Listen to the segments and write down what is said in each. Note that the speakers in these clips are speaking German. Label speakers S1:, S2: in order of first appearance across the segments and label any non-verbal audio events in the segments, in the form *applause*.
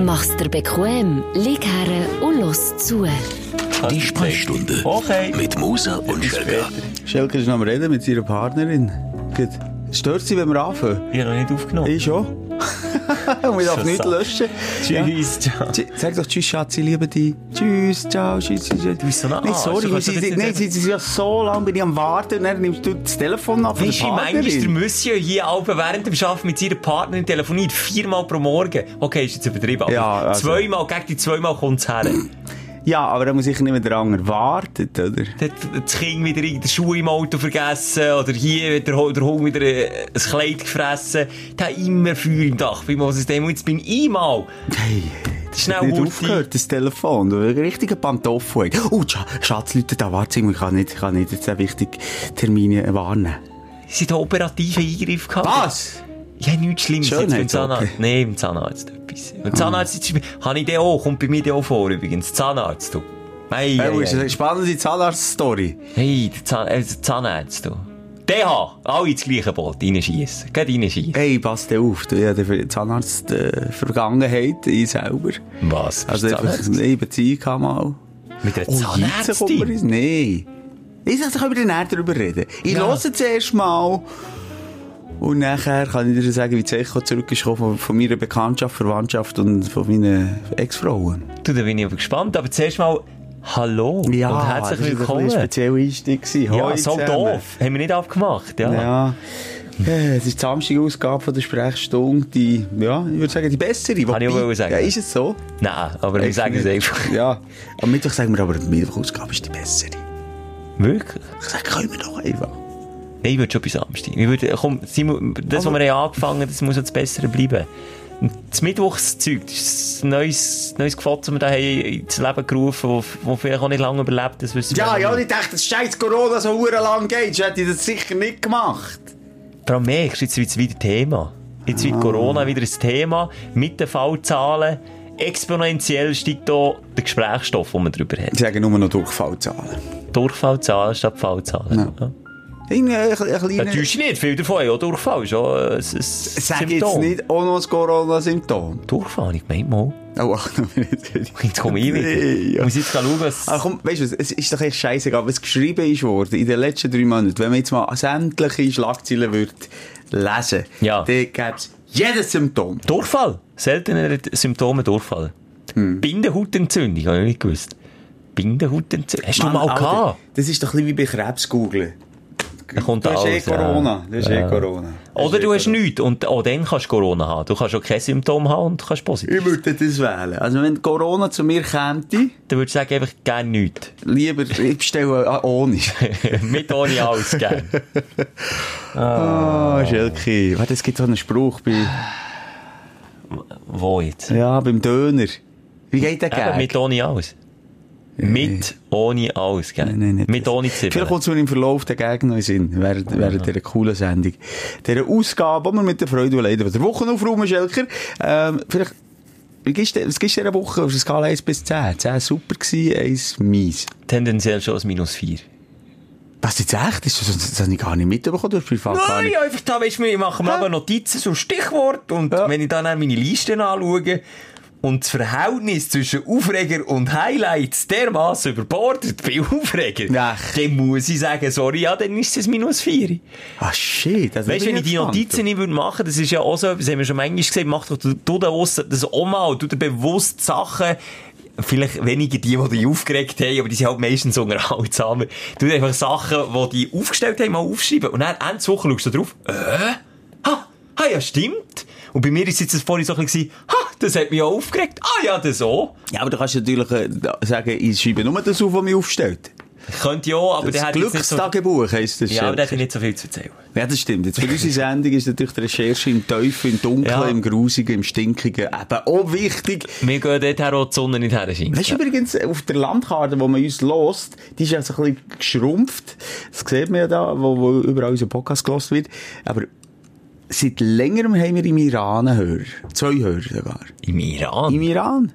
S1: Mach's dir bequem, lieg her und los zu.
S2: Die Sprechstunde
S3: Okay.
S2: mit Musa und Schelga.
S4: Schelke ist noch am Reden mit ihrer Partnerin. Gut. Stört sie, wenn wir anfangen?
S3: Ich habe noch nicht aufgenommen.
S4: Ich schon. *laughs* Und wir darf
S3: Schon
S4: nicht
S3: so.
S4: löschen. Ja.
S3: Tschüss, ciao.
S4: Tsch- Sag doch Tschüss, Schatz, ich liebe dich. Tschüss, ciao, tschüss, tschüss. Du
S3: bist so nah.
S4: Nein, sorry,
S3: Du
S4: weil
S3: kannst
S4: sie,
S3: Ah, doch jetzt
S4: nein,
S3: nicht-
S4: sie, sie sind ja so lange bin ich am Warten und dann nimmst du das Telefon ab von der
S3: Weisst du, manchmal der
S4: Partnerin.
S3: Monsieur hier Alpen während dem Arbeiten mit seiner Partnerin telefoniert, viermal pro Morgen. Okay, ist jetzt übertrieben, aber
S4: Ja, also-
S3: zweimal, gegen die zweimal kommt's her.
S4: Ja, aber dann muss ich nicht mehr der andere warten, oder?
S3: Dann hat das Kind wieder irgendeine Schuhe im Auto vergessen oder hier hat der, Ho- der Hund wieder äh, ein Kleid gefressen. Da immer Feuer im Dach bei Moses Demo. Jetzt bin ich mal.
S4: Hey, das
S3: Schnell,
S4: hat nicht
S3: Hurti.
S4: aufgehört, das Telefon. Du hast einen richtigen Pantoffel. Oh, Scha- Schatz, Leute, da warten ich kann nicht, ich kann nicht jetzt einen wichtigen Termin warnen.
S3: Sie hat einen operativen Eingriff gehabt.
S4: Was?
S3: Ja, nichts Schlimmes.
S4: Schönheit,
S3: jetzt beim Zahnarzt.
S4: okay. Ah.
S3: Nein, beim Zahnarzt etwas. Beim Zahnarzt jetzt, habe ich den auch, kommt bei mir der auch vor übrigens. Zahnarzt, du. Ei,
S4: Hey,
S3: ei,
S4: Äh, ist
S3: ei.
S4: eine spannende Zahnarzt-Story.
S3: Hey, der Zahn, äh, der Zahnarzt, du. DH, alle ins gleiche Boot, reinschiessen. Geht reinschiessen.
S4: Hey, passt dir auf, du, ich habe die Zahnarzt-Vergangenheit, ich selber.
S3: Was?
S4: Also
S3: Bist du
S4: einfach,
S3: Zahnarzt?
S4: nee, ich beziehe kann mal.
S3: Mit einer
S4: Oh, jetzt kommt man
S3: Zahnärztin?
S4: ins- Nein. Ich sag, da können wir dann darüber reden. Ich
S3: Ja.
S4: höre zuerst mal. Und nachher kann ich dir sagen, wie die Echo zurückgekommen von, von meiner Bekanntschaft, Verwandtschaft und von meinen Ex-Frauen.
S3: Du, da bin ich aber gespannt. Aber zuerst mal, hallo und herzlich willkommen.
S4: Das war ein spezieller Einstieg. gewesen.
S3: ja,
S4: Hoi
S3: so
S4: zusammen.
S3: doof. Haben wir nicht abgemacht, ja.
S4: Ja. Äh, Es ist die Samstagausgabe von der Sprechstunde, die, ja, ich würde sagen, die bessere.
S3: Kann ich auch
S4: Wobei-
S3: sagen.
S4: Ja, ist es so?
S3: Nein, aber wir sagen es
S4: Eigentlich
S3: einfach.
S4: nicht. Ja. Am Mittwoch sagen wir aber, die Mittwochausgabe ist die bessere.
S3: Wirklich?
S4: Ich sage, können wir doch einfach.
S3: Nein, ich würde schon bis Samstag. Ich würde, komm, Simon, das, was wir haben angefangen haben, das muss jetzt besser bleiben. Das Mittwochszeug, das ist ein neues, neues Gefotz, das wir da haben ins Leben gerufen haben, das vielleicht auch nicht lange überlebt, das wissen wir
S4: Ja,
S3: auch
S4: ja, und
S3: nicht.
S4: ich dachte, dass scheiß Corona so hure lang geht, sonst hätte ich das sicher nicht gemacht.
S3: Vor allem merkst du, jetzt wird es wieder Thema. Jetzt
S4: Ah.
S3: wird Corona wieder ein Thema, mit den Fallzahlen. Exponentiell steigt hier der Gesprächsstoff, den man darüber hat.
S4: Ich sage nur noch Durchfallzahlen.
S3: Durchfallzahlen statt Fallzahlen.
S4: Ja.
S3: Ja.
S4: Irgendein kleiner...
S3: Da täuscht nicht viel davon, ja, Durchfall ist schon ein, ein
S4: Sag jetzt
S3: Symptom.
S4: nicht auch noch das Corona-Symptom.
S3: Durchfall, ich meine mal.
S4: Oh, *laughs* ach, noch nicht.
S3: Jetzt komme ich wieder.
S4: Nee, ja.
S3: Muss jetzt schauen, was...
S4: Ah, komm, weißt du, was, es ist doch echt scheißegal, was geschrieben ist worden in den letzten drei Monaten. Wenn man jetzt mal sämtliche Schlagzeilen würde lesen,
S3: Ja.
S4: dann gäbe es jedes Symptom.
S3: Durchfall. Seltenere Symptome Durchfall.
S4: Hm.
S3: Bindehautentzündung, habe ich nicht gewusst. Bindehautentzündung. Hast
S4: Mann,
S3: du mal
S4: Alter,
S3: gehabt?
S4: Das ist doch ein bisschen wie bei Krebs googeln.
S3: Da kommt
S4: Du hast eh
S3: alles, ja.
S4: Corona. Du hast eh
S3: Ja.
S4: Corona.
S3: Oder
S4: hast eh
S3: du hast
S4: Corona.
S3: nichts und auch dann kannst du Corona haben. Du kannst auch kein Symptom haben und kannst positiv.
S4: Ich würde das wählen. Also wenn Corona zu mir käme,
S3: Dann würdest du sagen, einfach gerne nichts.
S4: lieber ich bestelle ah, ohne.
S3: Mit ohne alles
S4: *laughs*
S3: gerne.
S4: Ah, Schelke. Warte, es gibt so einen Spruch bei,
S3: Wo jetzt?
S4: ja, beim Döner. Wie geht der
S3: Eben,
S4: Gag?
S3: mit ohne alles. Mit ohne alles gerne.
S4: Nein, nein, nicht
S3: Mit
S4: das.
S3: ohne
S4: Vielleicht
S3: Zwiebeln.
S4: kommt es mir im Verlauf der Gegend noch in den Sinn, während, während dieser coolen Sendung. Dieser Ausgabe, die wir mit der Freude und Leiden von der Woche aufräumen, Schelker. Ähm, vielleicht, wie gibst du, was gibst du dieser Woche auf der Skala 1 bis 10? 10 super gewesen, 1 mies.
S3: Tendenziell schon als minus 4.
S4: Was jetzt echt ist, das, das habe ich gar nicht mitbekommen, du hast privat gar
S3: Nein,
S4: nicht.
S3: ja, einfach da, weißt du, ich mache mir aber Notizen, so Stichwort. Und
S4: Ja.
S3: wenn ich dann auch meine Listen anschaue und das Verhältnis zwischen Aufreger und Highlights dermaßen überbordet bei *laughs* Aufreger,
S4: Ach.
S3: dann muss ich sagen, sorry, ja, dann ist es minus 4.
S4: Ah, shit. Also, da
S3: Weißt du,
S4: bin
S3: wenn ich die
S4: gespannt.
S3: Notizen nicht würde machen, das ist ja auch so etwas, haben wir schon manchmal gesagt, mach doch du, du da aussen, das auch mal, du dir bewusst Sachen, vielleicht weniger die, die dich aufgeregt haben, aber die sind halt meistens unterhaltsamer. Du dir einfach Sachen, die dich aufgestellt haben, mal aufschreiben und dann Ende Woche schaust du drauf, äh, ha, ha, ja stimmt. Und bei mir ist jetzt das vorhin so ein bisschen, ha, das hat mich auch aufgeregt, ah ja, das auch.
S4: Ja, aber du kannst natürlich äh, da- sagen, ich schreibe nur das auf, was mich aufstellt.
S3: Könnte ja auch, aber der
S4: das
S3: hat jetzt nicht so,
S4: Glückstagebuch heisst das.
S3: ja, aber der
S4: Schelker.
S3: hat nicht so viel zu erzählen.
S4: Ja, das stimmt. Jetzt für *laughs* unsere Sendung ist natürlich die Recherche im Teufel, im Dunkeln,
S3: Ja.
S4: im Grusigen, im Stinkigen eben auch wichtig.
S3: Wir gehen dort her, wo die Sonne nicht her scheint.
S4: Weißt du übrigens, auf der Landkarte, wo man uns lost, die ist ja so ein bisschen geschrumpft. Das sieht man ja da, wo, wo überall unser Podcast gelost wird. Aber seit längerem haben wir im Iran einen Hörer. Zwei Hörer sogar.
S3: Im Iran.
S4: Im Iran.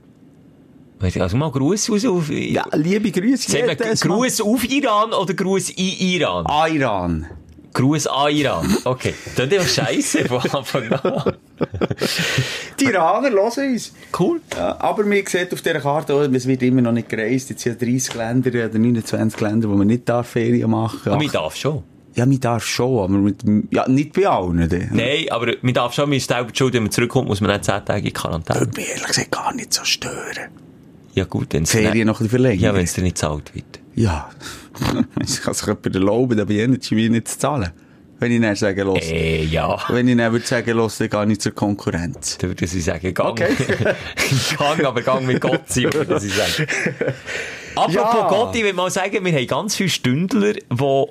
S3: Weiss ich, Also mal Gruß raus auf...
S4: Ja, liebe Grüße.
S3: Sagt man
S4: Jeder ist mal-
S3: Gruß auf Iran oder Gruß in Iran?
S4: An Ah, Iran.
S3: Gruß an Iran. Okay. Das ist ja scheiße von Anfang an.
S4: Tiraner, los uns.
S3: Cool.
S4: Ja, aber man sieht auf dieser Karte, oh, es wird immer noch nicht gereist. Jetzt sind ja 30 Länder oder 29 Länder, wo man nicht darf Ferien machen
S3: Aber man
S4: darf.
S3: darf schon.
S4: Ja, man darf schon, aber mit, ja, nicht bei allen. Dann.
S3: Nein, aber man darf schon, man ist selber schuld, wenn man zurückkommt, muss man nicht 10 Tage in Quarantäne.
S4: Würde mich ehrlich gesagt gar nicht so stören.
S3: Ja gut, dann...
S4: Äh, Ferien noch ein bisschen verlängern.
S3: Ja, wenn es dir nicht zahlt wird.
S4: Ja. *laughs* ich kann es jemand erlauben, aber ich nicht, nicht zu zahlen. Wenn ich dann sage, los.
S3: Äh, ja.
S4: Wenn ich dann würde sagen, los, dann gehe ich zur Konkurrenz.
S3: Dann würde sie sagen, gang.
S4: Okay.
S3: *laughs* gang, aber gang mit Gott sein, würde sie sagen. Apropos
S4: Ja.
S3: Gott, ich will mal sagen, wir haben ganz viele Stündler, die,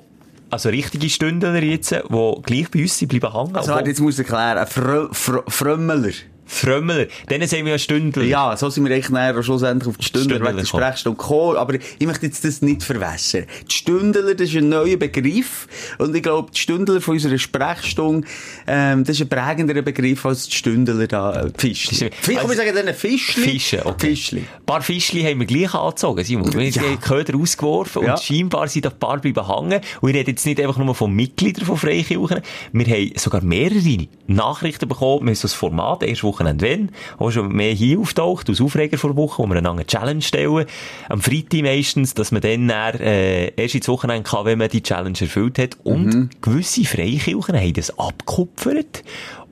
S3: also richtige Stündler jetzt, die gleich bei uns sind, bleiben hängen.
S4: Also, warte,
S3: obwohl-
S4: jetzt muss ich erklären, ein Frö Frö Frömmler.
S3: Frömmler, denen sind wir ja Stündler.
S4: Ja, so sind wir eigentlich näher schlussendlich auf die Stündler
S3: Stündler
S4: wegen der
S3: kommen.
S4: Sprechstunde gekommen. Aber ich möchte jetzt das nicht verwässern. Die Stündler, das ist ein neuer Begriff. Und ich glaube, die Stündler von unserer Sprechstunde, ähm, das ist ein prägenderer Begriff als die Stündler da, äh, Fischli.
S3: Das ist-
S4: Vielleicht kann man
S3: also-
S4: sagen, dann Fischli.
S3: Fischen, okay.
S4: Fischli.
S3: Ein paar Fischli haben wir gleich angezogen, Simon. Wir
S4: Ja.
S3: haben die Köder ausgeworfen
S4: Ja.
S3: und scheinbar sind da ein paar bleiben hängen. Und ich rede jetzt nicht einfach nur von Mitgliedern von Freikirchen. Wir haben sogar mehrere Nachrichten bekommen. Wir haben so ein Format, erst Wochenende wenn, wo schon mehr hier auftaucht, aus Aufreger vor Woche, wo wir einander eine Challenge stellen. Am Freitag meistens, dass man dann, dann äh, erst ins Wochenende kann, wenn man die Challenge erfüllt hat. Und
S4: Mhm.
S3: gewisse Freikirchen haben das abgekupfert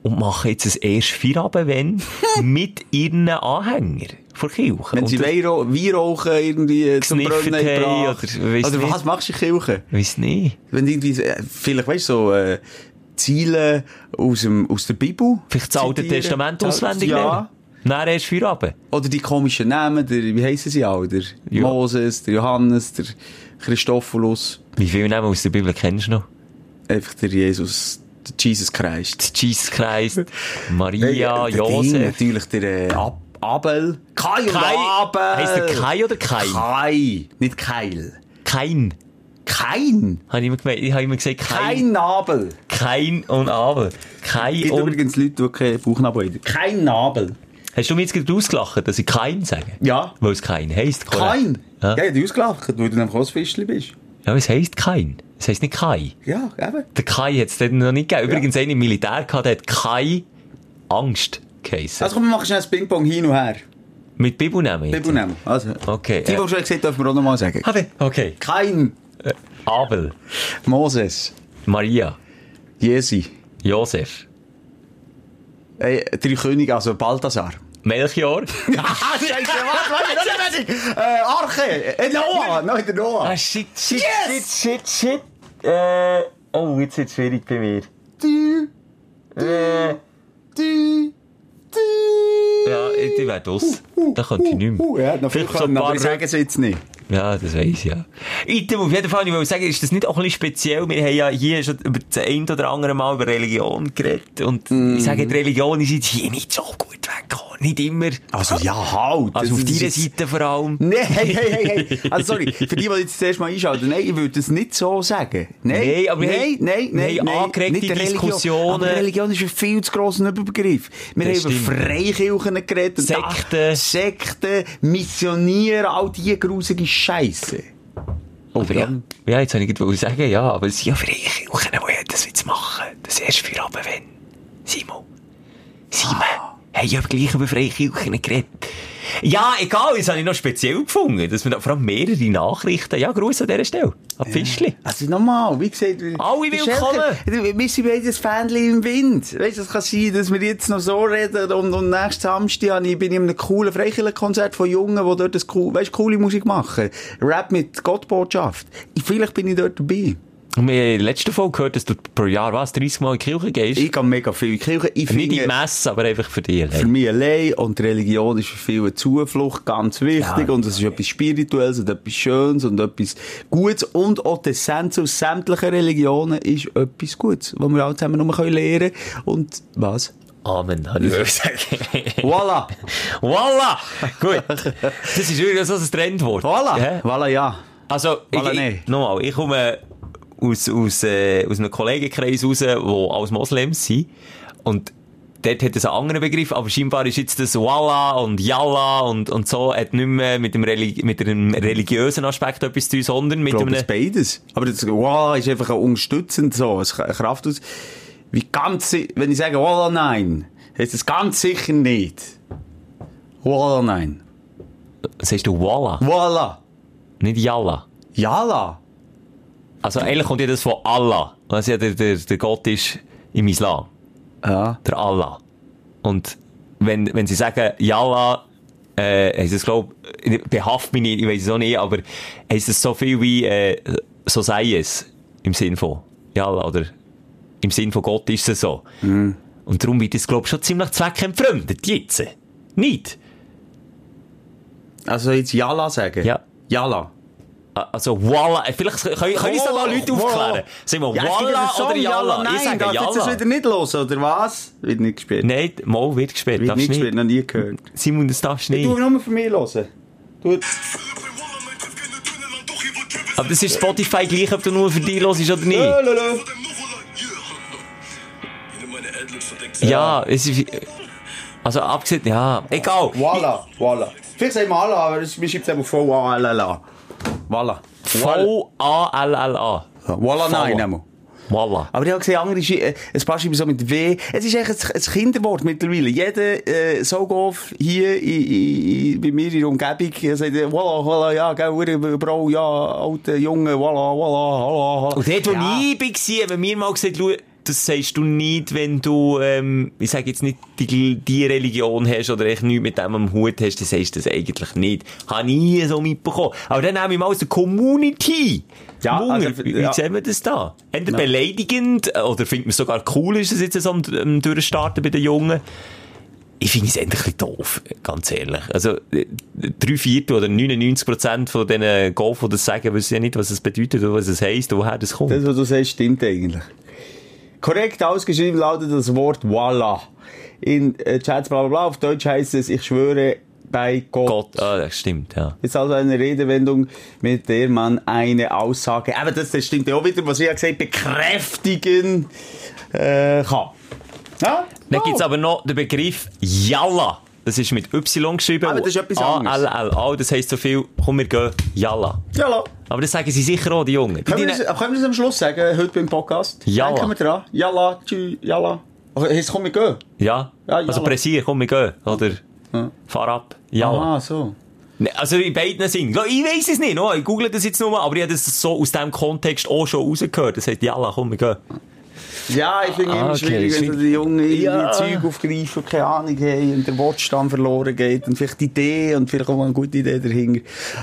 S3: und machen jetzt ein erst Feierabend,
S4: *laughs*
S3: wenn, mit ihren Anhängern von Kirche.
S4: Wenn
S3: Und
S4: sie
S3: das-
S4: Weiro- Weihrauchen irgendwie äh, zum
S3: Geschniffen
S4: Brunnen
S3: haben
S4: gebracht.
S3: oder weiss
S4: Oder
S3: nicht.
S4: was machst du in Kirche?
S3: Weiss nicht.
S4: Wenn du irgendwie, äh, vielleicht weißt du, so, äh, Ziele aus, dem, aus der Bibel.
S3: Vielleicht das Alte
S4: zitieren.
S3: Testament
S4: Ja.
S3: auswendig
S4: Ja.
S3: nehmen. Nein, erst Feierabend.
S4: Oder die komischen Namen, der, wie heissen sie alle? Der
S3: Ja.
S4: Moses, der Johannes, der Christophorus,
S3: Wie viele Namen aus der Bibel kennst du noch?
S4: einfach der Jesus, der Jesus Christ.
S3: Jesus Christ, Maria,
S4: Nein, der Ding,
S3: Josef.
S4: natürlich der äh, Ab Abel. Kai und
S3: Kai.
S4: Abel.
S3: Heisst der Kai oder Kain?
S4: Kai, nicht Keil.
S3: Kein.
S4: Kein.
S3: Habe ich immer gemeint. Ich habe immer gesagt, kein.
S4: Kein Nabel.
S3: Kein und Abel. Kein
S4: gibt
S3: und...
S4: übrigens Leute, die keinen Bauchnabel haben. Kein Nabel.
S3: Hast du mir jetzt gerade ausgelacht, dass ich kein sage?
S4: Ja.
S3: Weil es kein heisst,
S4: Kein. Ja,
S3: Ja.
S4: ich habe ausgelacht, weil du nämlich auch ein Fischchen bist.
S3: Ja, aber es heisst kein. Es heisst nicht Kai.
S4: Ja, eben.
S3: Der Kai hat es dort noch nicht gegeben. Übrigens, einer im Militär gehabt, der hat Kai Angst geheissen.
S4: Also komm, wir machen schnell das Ping-Pong hin und her.
S3: Mit Bibelnamen. jetzt.
S4: Bibel nehmen. Also.
S3: Okay,
S4: Die, die
S3: äh.
S4: schon gesagt dürfen wir auch nochmal sagen.
S3: Habe. Okay.
S4: Kein
S3: Abel,
S4: Moses.
S3: Maria,
S4: Jesi.
S3: Josef,
S4: Äh, drei Könige, also Balthasar.
S3: Melchior.
S4: Ah, Ja, scheisse, *laughs* was? Was ist das? Äh, Arche. Äh, Noah. Nein, der Noah.
S3: shit, Ah, shit,
S4: Yes!
S3: shit, shit, shit. Äh, oh, jetzt wird's schwierig bei mir.
S4: Du,
S3: Äh,
S4: du, du.
S3: ja, ich ich werd aus. Da könnte ich nicht mehr.
S4: Uh, er hat noch viel
S3: Vielleicht so
S4: können,
S3: ein
S4: aber
S3: paar
S4: ich sage es jetzt nicht.
S3: Ja, das weiss ich, ja. Item, auf jeden Fall, ich will sagen, ist das nicht auch ein bisschen speziell? Wir haben ja hier schon über das ein oder andere Mal über Religion geredet. Und ich sage, die Religion ist jetzt hier nicht so gut weggekommen. Nicht immer.
S4: Also ja, halt.
S3: Also auf
S4: Das ist
S3: deiner
S4: jetzt-
S3: Seite vor allem.
S4: Nein, hey, hey, hey, hey. Also, sorry, für die, die jetzt zuerst mal einschalten, nein, ich würde das nicht so sagen. Nein,
S3: Nein, aber wir
S4: nein,
S3: haben-
S4: nein,
S3: wir
S4: nein,
S3: haben
S4: nein,
S3: angeregte
S4: nicht der Religion.
S3: Diskussionen.
S4: Aber Religion ist ein viel zu grosser Überbegriff. Wir
S3: Das
S4: haben über
S3: stimmt.
S4: Freikirchen geredet. und da-
S3: Sekten.
S4: Sekten, Missionieren, all die grusige Scheiße.
S3: Aber ja. ja, jetzt wollte ich gerade sagen, ja, aber es sind ja freie Kirchen, die das jetzt machen. Das erst für Abend, wenn. Simon. Simon. Hey, ich habe gleich über freie Kirchen geredet. Ja, egal, das habe ich noch speziell gefunden. Dass wir da vor allem mehrere Nachrichten, ja, Gruß an dieser Stelle. An Fischli.
S4: Also nochmal, wie gesagt...
S3: Alle
S4: der
S3: willkommen.
S4: Schelker, Wir sind beide ein Fähnchen im Wind. Weißt du, es kann sein, dass wir Dus jetzt noch so reden und, und nächsten Samstag habe ich- bin ich in einem coolen Freikirchenkonzert von Jungen, die dort das cool, weißt, coole Musik machen. Rap mit Gottbotschaft. Vielleicht bin ich dort dabei.
S3: Wir haben in der letzten Folge gehört, dass du pro Jahr, was, 30 Mal in die Kirche gehst.
S4: Ich gehe mega viel in die Kirche. Ich
S3: Nicht in die
S4: finde-
S3: Messe, aber einfach für dich.
S4: Für mich allein und die Religion ist für viele eine Zuflucht, ganz wichtig.
S3: Ja.
S4: und es ist etwas Spirituelles und etwas Schönes und etwas Gutes. Und auch die Essenz aus sämtlichen Religionen ist etwas Gutes, was wir alle zusammen nur können lernen können. Und
S3: *laughs*
S4: was?
S3: Amen, habe ich gesagt. *laughs*
S4: Voilà!
S3: Voila! *laughs* Gut. Das ist übrigens auch ein Trendwort.
S4: Voilà!
S3: Ja.
S4: Voilà, ja.
S3: Also, ich,
S4: Voilà, nee.
S3: ich, nochmal, ich komme aus, aus, äh, aus einem Kollegenkreis raus, wo alles Moslems sind. Und dort hat es einen anderen Begriff, aber scheinbar ist jetzt das Walla und Yalla und, und so, hat nicht mehr mit dem, Religi mit dem religiösen Aspekt etwas zu tun, sondern mit
S4: Ich glaube,
S3: einem...
S4: es ist beides. Aber das Voilà ist einfach ein unterstützend so, ein Kraft aus. Wie ganz, si- wenn ich sage Voilà, nein. Heißt es ganz sicher nicht. Walla, nein.
S3: Sagst du Walla,
S4: Walla.
S3: nicht Yalla.
S4: Jala.
S3: Also eigentlich kommt ja das von Allah, was ja der, der, der Gott ist im Islam.
S4: Ja.
S3: der Allah. Und wenn, wenn sie sagen, Yalla, äh, heisst es, glaub, behaft mich nicht, ich weiß es auch nicht, aber heisst es so viel wie, äh, so sei es, im Sinn von Yalla, oder im Sinn von Gott ist es so.
S4: Mhm.
S3: Und darum wird es, glaub, schon ziemlich zweckentfremdet, jetzt. Nicht.
S4: Also jetzt Jala sagen.
S3: Ja.
S4: Jala.
S3: A- Also, Walla, äh, vielleicht können, können uns da mal Leute
S4: Walla.
S3: aufklären. Sagen wir
S4: Ja,
S3: Walla
S4: es gibt einen
S3: oder
S4: Song,
S3: Yalla?
S4: Nein,
S3: ich sage
S4: darf jetzt das
S3: Yalla.
S4: wieder nicht los, oder was? Wird nicht gespielt.
S3: Nein, mal wird gespielt,
S4: Wird
S3: darfst
S4: nicht
S3: nicht.
S4: gespielt, noch nie gehört.
S3: Simon, das darfst du
S4: Ich tue
S3: nicht.
S4: nur für mich hören. Du,
S3: Aber das ist Spotify gleich, ob du nur für dich hörst oder nicht.
S4: Lö, lö, lö.
S3: Ja, es ist. Also abgesehen, ja, egal.
S4: Walla, Walla. Vielleicht sagen wir Alla, aber es- mir schreibt es einfach voll Walla. Walla.
S3: V-A-L-L-A.
S4: Walla, nein,
S3: Walla.
S4: nein.
S3: Voila.
S4: Aber ich habe gesehen, andere, Schi- äh, es passt immer so mit W. Es ist echt ein, ein Kinderwort mittlerweile. Jeder äh, Sogoff hier in, in, in, bei mir in der Umgebung äh, sagt, äh, voilà, voilà, ja, gell, ure, Bro, ja, eh, alter Junge, voilà, voilà, voilà, voilà.
S3: Und dort, wo
S4: ja.
S3: ich war, haben mir mal gesagt, schau, das sagst du nicht, wenn du, ähm, ich sage jetzt nicht, die, die Religion hast oder echt nichts mit dem am Hut hast, dann sagst du das eigentlich nicht. Habe ich nie so mitbekommen. Aber dann nehme ich mal aus der Community.
S4: Ja,
S3: Wunder,
S4: also,
S3: wie
S4: ja.
S3: wie sehen wir das da? Entweder beleidigend, äh, oder findet man es sogar cool, ist es jetzt so am, am Durchstarten bei den Jungen. Ich finde es endlich ein bisschen doof, ganz ehrlich. Also, äh, drei Viertel oder 99 Prozent von diesen Golf, die das sagen, wissen ja nicht, was es bedeutet oder was es heisst, woher das kommt.
S4: Das, was du sagst, stimmt eigentlich. Korrekt ausgeschrieben lautet das Wort Walla. In äh, Chats bla bla bla, auf Deutsch heißt es, ich schwöre bei Gott.
S3: Gott, ah, das stimmt, ja.
S4: Ist also eine Redewendung, mit der man eine Aussage, aber das, das stimmt ja auch wieder, was ich ja gesagt habe, bekräftigen äh, kann. Ja?
S3: Dann
S4: Oh.
S3: gibt's aber noch den Begriff Jalla. Das ist mit Y geschrieben.
S4: Aber Ah, das ist etwas
S3: A-L-L-A, Oh, das heisst so viel, komm, wir gehen Jalla.
S4: Ja, la.
S3: Aber das sagen sie sicher auch, die Jungen. Die,
S4: können, wir
S3: die-
S4: das, können wir das am Schluss sagen, heute beim Podcast?
S3: Jalla.
S4: Denken wir dran. Jalla, tschü, jalla. Okay, jetzt komm, wir gehen.
S3: ja.
S4: Ja,
S3: also
S4: Ah, Jalla.
S3: pressier, komm, wir gehen. Oder fahr ab, Jalla.
S4: Ah, so.
S3: Ne, Also in beiden Singen. Schau, Ich weiß es nicht, no, ich google das jetzt nur, aber ich habe das so aus diesem Kontext auch schon rausgehört. Das heißt, Jalla, komm, wir gehen.
S4: Ja, ich finde
S3: Ah,
S4: immer
S3: okay,
S4: schwierig, wenn
S3: schwierig.
S4: so die Jungen irgendwie
S3: Ja.
S4: Zeug aufgreifen und keine Ahnung haben und der Watch dann verloren geht und vielleicht die Idee und vielleicht auch mal eine gute Idee dahinter.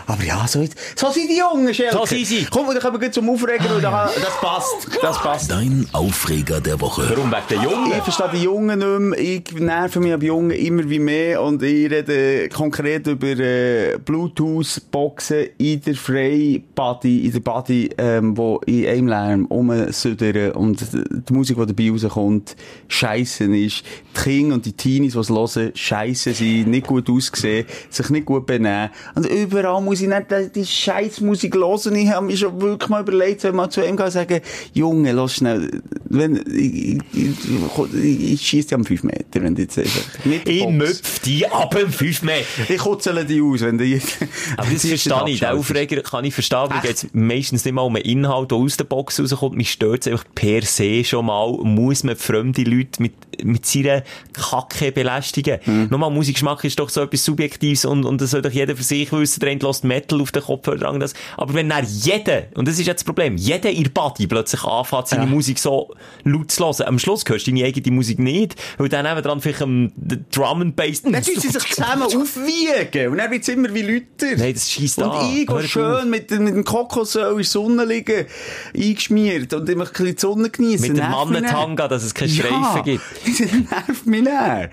S4: Aber ja, so, jetzt, so sind die Jungen, Schelke.
S3: So sind sie. Ah,
S4: Komm, dann kommen wir gleich zum Aufregen und da, das passt. Das passt.
S2: Dein Aufreger der Woche.
S3: Warum wegen der Jungen?
S4: Ich verstehe die Jungen nicht mehr. Ich nerve mich ab Jungen immer wie mehr und ich rede konkret über äh, Bluetooth-Boxen in der Freibody, in der Body, ähm, wo in einem Lärm rumsüdern und die Musik, die dabei rauskommt, scheiße ist. Die Kinder und die Teenies, die es hören, scheiße sind, nicht gut aussehen, sich nicht gut benehmen. Und überall muss ich nicht die- die Scheißmusik hören. Ich habe mir schon wirklich mal überlegt, wenn man zu ihm gehen und sagen, Junge, lass schnell, wenn, ich, ich, ich, ich schieße dich am 5 Meter, wenn du jetzt einfach, mit der
S3: Ich
S4: Box.
S3: möpf die ab dem 5 mehr.
S4: Ich kutzele dich aus, wenn du jetzt,
S3: Aber
S4: *laughs*
S3: das verstehe ich. Den Aufreger kann ich verstehen. Da
S4: Echt?
S3: geht meistens nicht mal um den Inhalt, der aus der Box rauskommt. Mich stört es einfach per se schon mal. Muss man fremde Leute mit, mit seiner Kacke belästigen?
S4: Hm.
S3: Nochmal, Musikgeschmack ist doch so etwas Subjektives und, und das soll doch jeder für sich wissen. Der eine lässt Metal auf den Kopf oder das. Aber wenn dann jeder, und das ist jetzt das Problem, jeder in der Party plötzlich anfängt, seine
S4: Ja.
S3: Musik so laut zu hören. Am Schluss hörst du deine eigene Musik nicht, weil dann dran vielleicht am Drum and Bass...
S4: Dann tun sie sich zusammen aufwiegen und dann wird es immer wie Leute.
S3: Nein, das schießt
S4: Und
S3: an.
S4: ich
S3: Hör
S4: gehe
S3: auf.
S4: schön mit, dem- mit dem Kokosöl in der Sonne liegen, eingeschmiert und immer ein bisschen die Sonne genießen.
S3: Mit dem Mannentanga, dass es keine Streifen gibt.
S4: *laughs* Das nervt mich näher.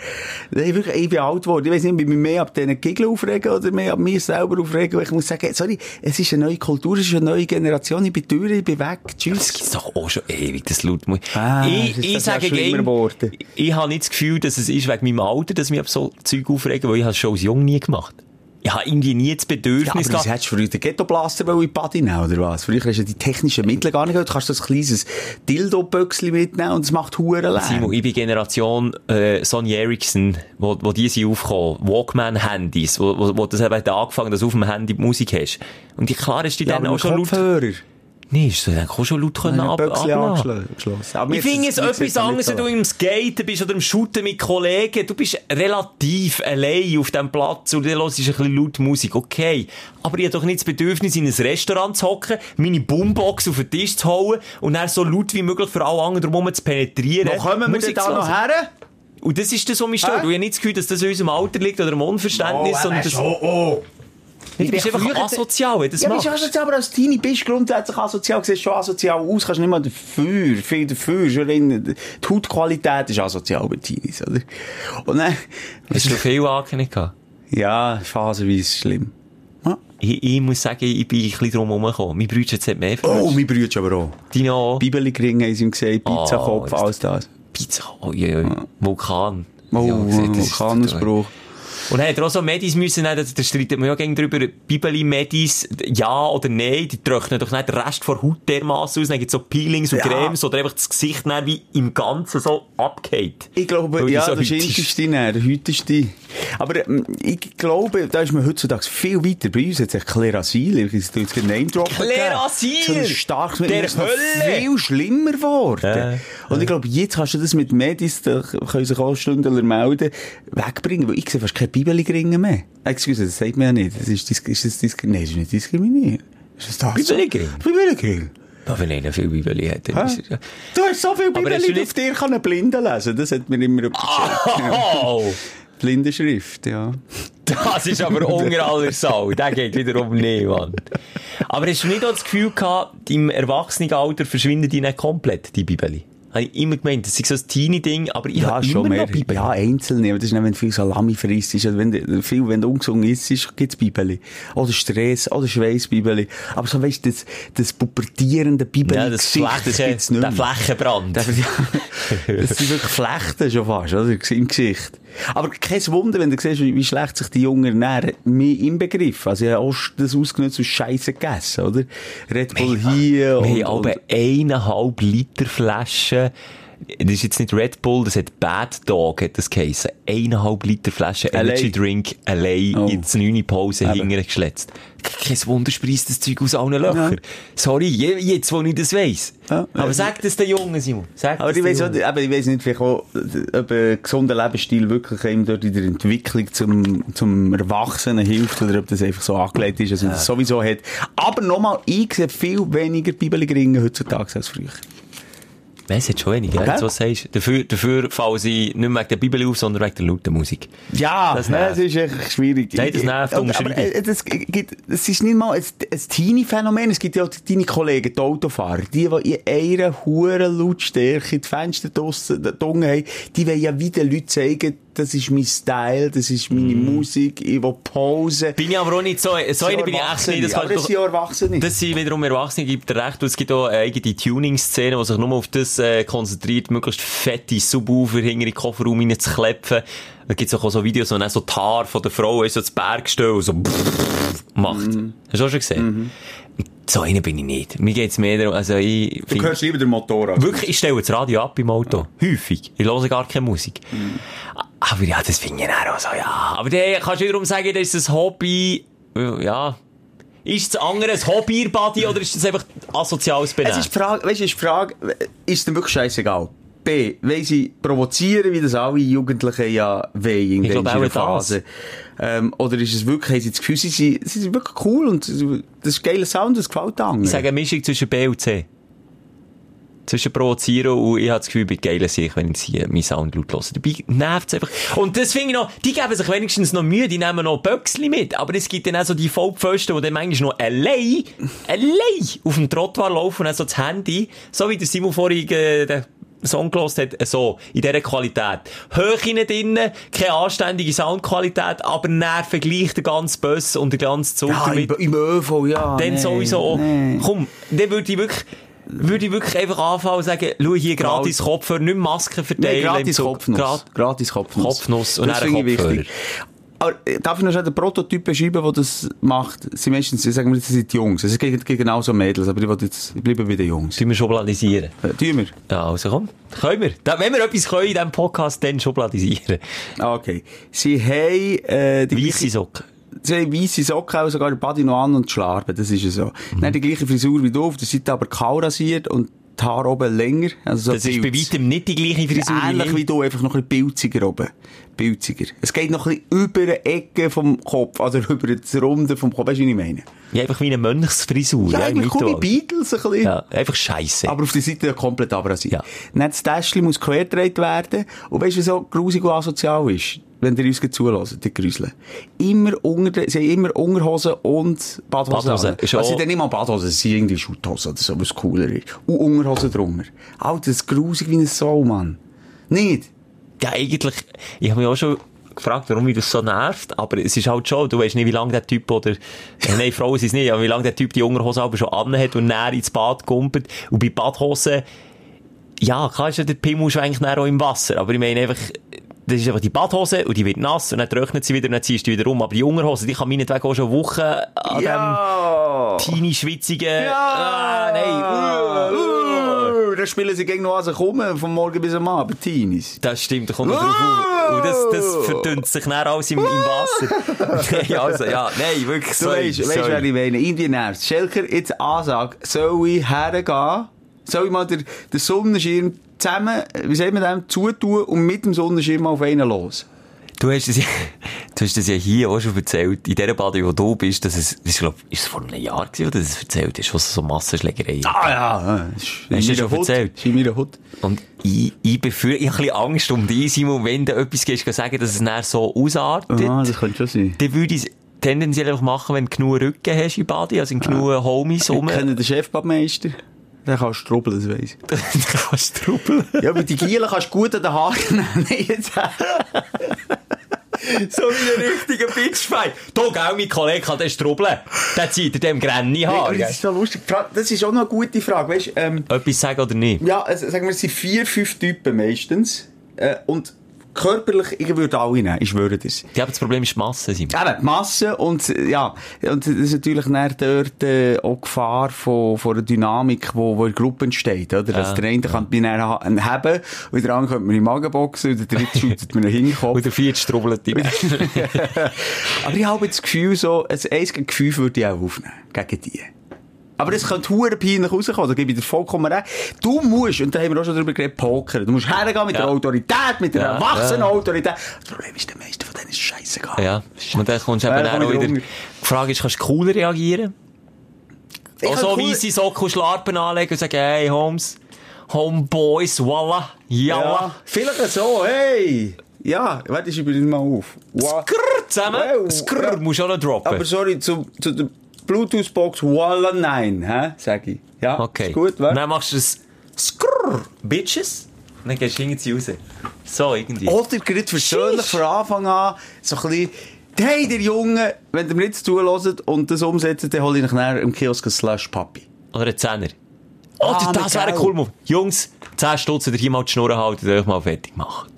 S4: Ich, wirklich- ich bin alt geworden. Ich weiß nicht, ob ich mich mehr ab diesen Giggeln aufregen oder mehr ab mir selber aufregen. weil Ich muss sagen, sorry, es ist eine neue Kultur, es ist eine neue Generation. Ich bin teuer, ich bin weg. Tschüss.
S3: Das gibt's doch auch schon ewig, das laut muss.
S4: Ah,
S3: ich,
S4: das ist
S3: ich
S4: das
S3: sage
S4: noch schlimmer
S3: gegen,
S4: geworden.
S3: ich, ich habe nicht das Gefühl, dass es ist wegen meinem Alter, dass mich ab so Zeug aufregen, weil ich habe es schon als jung nie gemacht. Ich habe irgendwie nie das
S4: Ja, aber
S3: Bedürfnis
S4: das
S3: gehabt.
S4: hättest du früher den Ghetto-Blaster wollen in die Party nehmen, oder was? Früher hast du ja die technischen Mittel gar nicht gehabt. Du kannst so ein kleines Dildo-Böckchen mitnehmen und es macht Huren
S3: Simon,
S4: Lärm.
S3: ich bin Generation äh, Sony Ericsson, wo, wo die sind aufgekommen, Walkman-Handys, wo, wo, wo das eben hat angefangen, dass du auf dem Handy die Musik hast. Und die, klar ist die
S4: Ja,
S3: dann auch
S4: aber mit
S3: schon laut.
S4: Kopfhörer.
S3: Nee, ist so, dann kannst du schon laut können ab, ablassen. Ich finde es etwas anderes, wenn du
S4: du
S3: im Skaten bist oder im Shooten mit Kollegen. Du bist relativ allein auf diesem Platz und dann hörst du ein bisschen laut Musik. Okay. Aber ich habe doch nicht das Bedürfnis, in ein Restaurant zu hocken, meine Boombox auf den Tisch zu hauen und dann so laut wie möglich für alle anderen drumherum zu penetrieren.
S4: Wo kommen wir denn
S3: Musik
S4: da
S3: zu
S4: noch
S3: hören.
S4: her?
S3: Und das ist das, was mich stört.
S4: Hä?
S3: Und Ich habe nicht das Gefühl, dass das in unserem Alter liegt oder im Unverständnis. sondern das, du
S4: oh.
S3: bist
S4: bin
S3: einfach
S4: früher-
S3: asozial, wenn du das
S4: Ja, bist
S3: machst.
S4: asozial, aber als Teenie bist du grundsätzlich asozial, siehst schon asozial aus, kannst nicht mal dafür, viel dafür, schon rein, die Hautqualität ist asozial bei Teenies, oder? Und dann,
S3: Hast du viel angekündigt? gehabt?
S4: ja, phasenweise schlimm.
S3: Ich, ich muss sagen, ich bin ein bisschen drum herumgekommen. Mein Bruder hat mehr
S4: Oh, mein Bruder aber auch.
S3: Deine auch.
S4: Bibelkring haben sie ihm gesehen,
S3: Oh,
S4: Pizzakopf,
S3: ist-
S4: alles das.
S3: Pizza. Oh, ja, ja. Vulkan.
S4: Oh,
S3: ja, gesehen, das ist total-
S4: Vulkanausbruch.
S3: Und dann hat er auch so Medis müssen, nehmen, da streitet man ja gegen drüber, Bibeli Medis, ja oder nein, die trocknen doch nicht den Rest von Haut dermassen aus, dann gibt's so Peelings und
S4: Ja.
S3: Cremes, oder einfach das Gesicht dann wie im Ganzen so abgeht.
S4: Ich
S3: Weil
S4: glaube,
S3: Oh, die
S4: ja,
S3: so
S4: das
S3: heute
S4: ist die näher, heute ist die. Aber ähm, ich glaube, da ist man heutzutage viel weiter. Bei uns hat sich Claire Asyl, ich jetzt jetzt kein
S3: *laughs*
S4: Name droppen.
S3: Claire
S4: gegeben.
S3: Asyl!
S4: So ein starkes Medium
S3: Der
S4: ist noch
S3: Hölle!
S4: viel schlimmer geworden.
S3: Ja,
S4: Und ich glaube, jetzt kannst du das mit Medis, da können sich auch Stunden melden, wegbringen, weil ich sehe fast keine Bibelringe mehr. Excuse, das sagt man ja nicht. Das ist, dis- ist das diskriminiert. Nein, das ist nicht diskriminiert. Ist das das?
S3: Bibelring?
S4: Bibelring.
S3: Aber wenn einer viel Bibeli hat, dann
S4: Hä?
S3: ist er ja...
S4: Du hast so viel
S3: Aber hast du
S4: Bibelringe,
S3: nicht-
S4: auf dir kann ein Blinder lesen. Das hat mir
S3: *laughs*
S4: immer...
S3: Oh,
S4: Blinde Schrift, ja.
S3: das ist aber unter aller Sau. Der geht wiederum nicht, Mann. Aber hast du nicht auch das Gefühl gehabt, im Erwachsenenalter verschwinden die nicht komplett, die Bibeli? Habe ich immer gemeint, das ist so ein Teenie-Ding, aber ich
S4: Ja,
S3: habe
S4: schon
S3: immer
S4: mehr.
S3: noch Bibeli.
S4: Ja, einzelne. Aber das ist nicht, wenn du viel Salami frisst. Ist, wenn, du- viel, wenn du ungesund isst, ist, gibt's Bibeli. Oder Stress, oder Schweißbibeli. Aber so, weisst du, das, das pubertierende Bibeli.
S3: Ja, das Flächen,
S4: das gibt's nicht
S3: der
S4: mehr.
S3: Flächenbrand.
S4: Das, ja,
S3: *laughs*
S4: das sind wirklich Flechten schon fast, oder? Im Gesicht. Aber kein Wunder, wenn du siehst, wie wie schlecht sich die Jungen ernähren, mir im Begriff. Also, ich habe auch das ausgenutzt und Scheiße gegessen, oder? Red Bull hier
S3: Wir haben aber eineinhalb Liter Flaschen. Das ist jetzt nicht Red Bull, das hat Bad Dog, hat das geheissen. Eineinhalb Liter Flasche
S4: Allein.
S3: Energy Drink allein
S4: Oh.
S3: in die neune Pause
S4: Eben.
S3: hinterher geschletzt. Kein Wunder spreist das Zeug aus allen Löchern. Sorry, je- jetzt, wo ich das weiss.
S4: Ja.
S3: Aber sag das den Jungen, Simon. Sag
S4: Aber
S3: das
S4: ich
S3: den
S4: weiß,
S3: Jungen.
S4: aber ich weiß nicht, vielleicht auch, äh, ob ein gesunder Lebensstil wirklich einem dort in der Entwicklung zum, zum Erwachsenen hilft oder ob das einfach so angelegt ist, dass man das sowieso hat. Aber nochmal, ich sehe viel weniger Bibelringe heutzutage als früher.
S3: Nein, es hat schon wenig, gell,
S4: Okay.
S3: jetzt, was du sagst. Dafür, dafür fallen sie nicht mehr wegen der Bibel auf, sondern wegen der lauten Musik.
S4: Ja,
S3: Das
S4: das, ne,
S3: nervt.
S4: das ist echt schwierig.
S3: Nein, das nervt,
S4: Aber, aber
S3: unterschreibe ich.
S4: äh, das, gibt, das ist nicht mal ein, ein Teenie-Phänomen. Es gibt ja auch deine Kollegen, die Autofahrer, die, die in einer hohen Lautstärke die Fenster draussen dunkel haben, die wollen ja wieder Leuten zeigen, das ist mein Style, das ist meine Musik, ich will Pause.
S3: Bin ich aber auch nicht so, so einer bin ich echt nicht, das
S4: das
S3: kannst
S4: aber
S3: du
S4: das sind ja Erwachsene.
S3: Das sind wiederum Erwachsene, gibt dir recht. Und es gibt auch eine eigene Tuning-Szene, die sich nur auf das äh, konzentriert, möglichst fette Subwoofer hinter den Kofferraum reinzuklepfen. Da gibt es auch so Videos, wo dann so die Haare von der Frau ist, so das Bergstell und so macht. Hast du auch schon gesehen? So einer bin ich nicht. Mir geht's mehr darum, also ich
S4: du
S3: find-
S4: hörst lieber den Motor an.
S3: Wirklich, ich stelle das Radio ab im Auto. Häufig. Ich höre gar keine Musik.
S4: Mhm.
S3: Aber ja, das finde ich dann auch so, ja. Aber dann kannst du wiederum sagen, das ist ein Hobby. äh, Ja. Ist das andere ein Hobby, ihr Buddy, oder ist das einfach asoziales
S4: Es
S3: Benehmen?
S4: ist die Frage, weißt, ist die Frage, ist dem wirklich scheißegal? B, weil sie provozieren, wie das alle Jugendlichen ja wollen in
S3: glaub,
S4: dieser
S3: auch
S4: Phase. Ähm, oder ist es wirklich, haben sie das Gefühl, sie, sind- sie sind wirklich cool und sie- das ist geiler Sound, das gefällt den anderen.
S3: Ich sage eine Mischung zwischen B und C. Zwischen provozieren und ich habe das Gefühl, ich bin geil an sich, wenn ich sie, meinen Sound laut höre. Dabei nervt's einfach. Und das finde ich noch, die geben sich wenigstens noch Mühe, die nehmen noch Böckchen mit. Aber es gibt dann auch so die Vollpfosten, die dann manchmal noch allein, allein auf dem Trottoir laufen und dann so das Handy, so wie der Simon vorhin äh, den Song gelost hat, äh, so, in dieser Qualität. Höhe nicht drinnen, keine anständige Soundqualität, aber nerven gleich den ganzen Bus und den ganzen Zug
S4: ja, im,
S3: damit.
S4: im ÖV, ja.
S3: Dann
S4: Ah, nee,
S3: sowieso auch.
S4: nee.
S3: Komm, dann würde ich wirklich, würde ich wirklich einfach anfangen und sagen, schau hier, gratis Kopfhörer, nicht mehr Masken verteilen.
S4: Genau. Nee,
S3: im
S4: gratis
S3: Zug.
S4: Kopfnuss.
S3: Gra-
S4: gratis Kopfnuss.
S3: Kopfnuss und
S4: das
S3: dann
S4: finde ich
S3: Kopfhörer.
S4: wichtig. Aber äh, darf ich noch schnell den Prototyp beschreiben, der das macht? Sie meistens, sagen wir, das sind die Jungs. Es gibt gibt genauso Mädels, aber ich, will jetzt, ich bleibe bei den Jungs.
S3: Sollen wir schubladisieren?
S4: Äh, Tun wir.
S3: Ja, also komm, können wir. Da, wenn wir etwas können in diesem Podcast, dann schubladisieren.
S4: Ah, Okay. Sie haben, äh, die
S3: Weisse Socken.
S4: zwei weiße Socken, und sogar den Body noch an und schlarben. Das ist ja so.
S3: Mhm.
S4: Dann die gleiche Frisur wie du, auf der Seite aber kahl rasiert und die Haare oben länger. Also so
S3: Das ist bei
S4: Pilz.
S3: weitem nicht die gleiche Frisur
S4: Ähnlich wie du, einfach noch ein bisschen pilziger oben. Pilziger. Es geht noch ein bisschen über die Ecke vom Kopf, also *laughs* über das Runde vom Kopf. Weißt du, wie ich meine?
S3: Ja, einfach wie eine Mönchsfrisur.
S4: Ja,
S3: im
S4: eigentlich cool
S3: Mittelalter.
S4: wie Beatles ein bisschen.
S3: Ja, einfach scheisse.
S4: Aber auf die Seite ja komplett abrasiert.
S3: Ja.
S4: Dann das Täschchen muss quer gedreht werden. Und weißt du, wieso grusig und asozial ist? Wenn ihr uns zulässt, die Grüseln. Immer unter, den- sie haben immer Unterhosen und Badhosen.
S3: Badhosen.
S4: an.
S3: Ist
S4: Also
S3: auch-
S4: dann nicht mal Badhosen, sie sind irgendwie Schutthosen oder so, was cooler ist. Und Unterhosen drunter. Alter, das ist grusig wie ein Soul, Mann. Nicht?
S3: Ja, eigentlich, ich habe mich auch schon gefragt, warum mich das so nervt, aber es ist halt schon, du weißt nicht, wie lange der Typ oder, äh, nein, Frau ist es nicht, aber wie lange der Typ die Unterhose aber schon anhat und näher ins Bad kumpelt. Und bei Badhosen, ja, klar ist ja der Pimmel schwenkt näher auch im Wasser, aber ich meine einfach, das ist einfach die Badhose und die wird nass und dann trocknet sie wieder und dann ziehst du die wieder rum. Aber die Unterhose, die kann meinetwegen auch schon Wochen an
S4: ja!
S3: dem teeny-schwitzigen, ah, nein, uh, uh.
S4: nein. Dann spielen sie gegen Nase kommen, vom Morgen bis am Abend, Teenies.
S3: Das stimmt, da kommt noch drauf auf. Und das, das verdünnt sich dann alles im, im *laughs* Wasser. Nein, also, ja, nein, wirklich,
S4: Du
S3: sorry,
S4: weißt, weißt wer
S3: sorry.
S4: ich meine. Indien nervt. Schelker, jetzt Ansage. Soll ich hergehen? Soll ich mal den, den Sonnenschirm zusammen, äh, wie sagt man dem, zutun und mit dem Sonnenschirm auf einen los?
S3: Du hast das ja, *laughs* du hast das ja hier auch schon erzählt, in der Bade, wo du bist, dass es, ich glaube, ist es vor einem Jahr gewesen, wo du das erzählt hast, was so Massenschlägerei.
S4: Ah ja, äh, ist in
S3: Hast du
S4: meiner
S3: schon
S4: Hut.
S3: erzählt?
S4: Ist in meiner Hut.
S3: Und ich, ich befürchte, ich habe ein bisschen Angst um dich, Simon, wenn du etwas gehst, kannst sagen, dass es dann so ausartet.
S4: Ah, das könnte schon sein.
S3: Dann würde ich es tendenziell einfach machen, wenn du genug Rücken hast in Bade, also in genug Homies
S4: Ich
S3: rum.
S4: kenne den Chefbadmeister. Der kann strubbeln, das weiss ich.
S3: *laughs* Dann kannst du trubeln.
S4: Ja, aber die Gielen kannst du gut an den Haaren *laughs* nehmen. Jetzt.
S3: So
S4: *laughs*
S3: wie ein richtiger Bitchfight. Du, gell, mein Kollege kann das strubbeln. Der zieht in dem Grenni
S4: Hey,
S3: Haar.
S4: aber das ist so lustig. Fra- Das ist auch noch eine gute Frage, weißt du? Ähm,
S3: Etwas sagen oder nicht?
S4: Ja, also, sagen wir, es sind vier, fünf Typen meistens. Äh, und körperlich, ich würde alle nehmen, ich schwöre das.
S3: Ja, aber das Problem ist die Masse, Simon.
S4: Eben, die Masse und, äh, ja, und das ist natürlich dann dort äh, auch Gefahr von, von einer Dynamik, die wo, wo in Gruppen entsteht, oder? Dass
S3: Ja,
S4: der eine kann bei einer ha- einen haben, und der andere könnte man in den Magen boxen, und
S3: *laughs*
S4: der dritte schüttet mir einen Hinterkopf.
S3: Und der vierte strubbelt ihn.
S4: Aber ich habe das Gefühl so, ein 1 gegen 5 würde ich auch aufnehmen. Gegen die. Aber das könnte hure peinlich rauskommen, da gebe ich dir vollkommen recht. Du musst, und da haben wir auch schon drüber geredet, pokern. Du musst hergehen mit
S3: Ja.
S4: der Autorität, mit der
S3: Ja,
S4: erwachsenen
S3: ja.
S4: Autorität. Das Problem ist, der meiste von denen ist
S3: *laughs*
S4: scheißegal.
S3: ja. Und dann kommst du
S4: Ja,
S3: eben
S4: da
S3: dann
S4: komm
S3: auch
S4: ich
S3: wieder...
S4: drunter.
S3: Die Frage ist, kannst du cooler reagieren?
S4: Ich
S3: Auch
S4: kann
S3: so
S4: cool-
S3: weisse Socken und Schlarpen anlegen und sagen, hey, Holmes, Homeboys, voila,
S4: Ja.
S3: jalla.
S4: Vielleicht so, hey! Ja, warte, ich übrigens mal auf. Wow.
S3: Skrrr,
S4: Wow.
S3: zusammen. Skrrr, musst du auch noch droppen.
S4: Aber Ah, sorry, zu, zu der Bluetooth-Box, Walla nein, hä? Sag ich. Ja,
S3: Okay.
S4: ist gut, wa?
S3: Dann machst du das Skrrr, Bitches. Und dann gehst du hinten raus. So, irgendwie.
S4: Oder gerade persönlich
S3: Sheesh.
S4: von Anfang an so ein bisschen, hey, der Junge, wenn ihr mir jetzt zulässt und das umsetzt, dann hole ich euch nachher im Kiosk ein Slush Papi.
S3: Oder ein Zehner. Oder
S4: Ah,
S3: das wäre ein
S4: geil.
S3: cooler Move. Jungs, 10 Stutz, oder hier mal die Schnur halten und euch mal fertig machen.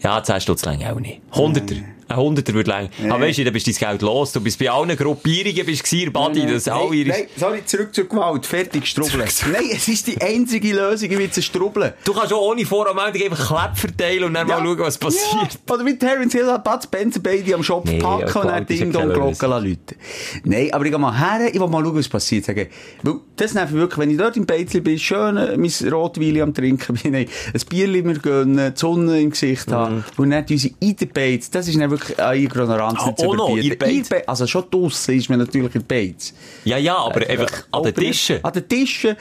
S3: Ja, 10 Stutz länger auch nicht. Hunderter.
S4: Hm.
S3: Ein Hunderter würde länger. Aber weißt du, dann bist du dein Geld los. Du bist bei allen Gruppierungen, bist du Badi, das
S4: Äh, nein,
S3: auch ihre...
S4: nein, sorry, zurück zur Gewalt, fertig, strubbeln. nein, es ist die einzige Lösung, ich will sie strubbeln.
S3: Du kannst auch ohne Voranmeldung einfach Klepp verteilen und dann mal schauen, was passiert.
S4: Ja. Oder wie Terence Hill hat Bud Spencer beide am Schopf
S3: Nee,
S4: packen
S3: ja,
S4: und
S3: klar,
S4: dann
S3: das ist
S4: Ding
S3: ja
S4: Dong
S3: keine
S4: Glocken läuten. Nein, aber ich geh mal her, ich will mal schauen, was passiert. Sagen, weil das nervt mich wirklich, wenn ich dort im Beizli bin, schön äh, mein Rotwein am Trinken bin, *laughs* nein, ein Bierli mir gönnen, die Sonne im Gesicht
S3: Mhm.
S4: haben und dann unsere Eiderbeiz, das ist dann wirklich eine Ignoranz
S3: Ah,
S4: nicht
S3: auch
S4: zu
S3: noch,
S4: überbieten.
S3: in der Beiz?
S4: Eiderbe- Also schon draussen ist man natürlich in der Beiz.
S3: Ja, ja, aber einfach an den
S4: Open-
S3: Tischen.
S4: An den Tischen.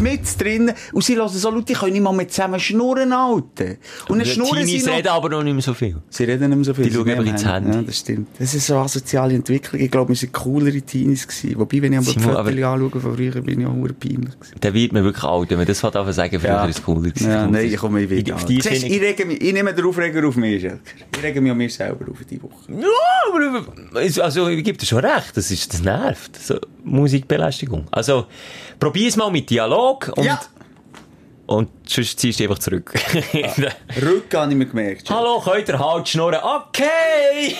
S4: Mit drin. Und sie hören so Leute, die können nicht mal mehr zusammen schnurren, Alter. Und dann schnurren sie
S3: Teenies
S4: noch.
S3: reden aber noch nicht mehr so viel.
S4: Sie reden nicht mehr so viel.
S3: Die
S4: sie
S3: schauen
S4: nehmen
S3: einfach ins
S4: Handy.
S3: Handy.
S4: Ja, das stimmt. Das ist so eine soziale Entwicklung. Ich glaube, wir sind coolere Teenies gewesen. Wobei, wenn ich aber die
S3: Simon,
S4: Fotos
S3: aber-
S4: anschaue von früher, bin ich auch verdammt peinlich gewesen.
S3: Dann wird man wirklich alt, wenn man das von Anfang an sagen, früher war es cooler. gewesen.
S4: Ja, nein, ich komme ich
S3: In-
S4: wieder.
S3: Auf die
S4: Siehst,
S3: Schiene-
S4: ich, rege mich, ich nehme den Aufreger auf mich, Schelker. Ich rege mich an mir selber auf diese Woche.
S3: Ja, aber es- also, ich gebe dir schon recht, das, ist, das nervt. So, Musikbelästigung. Also, probier es mal mit Dialog und,
S4: Ja.
S3: und sonst ziehst du dich einfach zurück. *laughs*
S4: Rücken habe ich mir gemerkt. Schelker.
S3: Hallo, könnt ihr halt schnurren? Okay!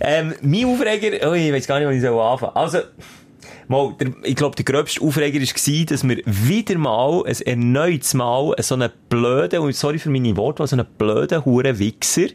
S3: ähm, mein Aufreger, oh, ich weiß gar nicht, wo ich soll anfangen soll. Also, mal, der, ich glaube, der gröbste Aufreger war, dass wir wieder mal, ein erneutes Mal, so einen blöden, und sorry für meine Worte, so einen blöden Hurenwichser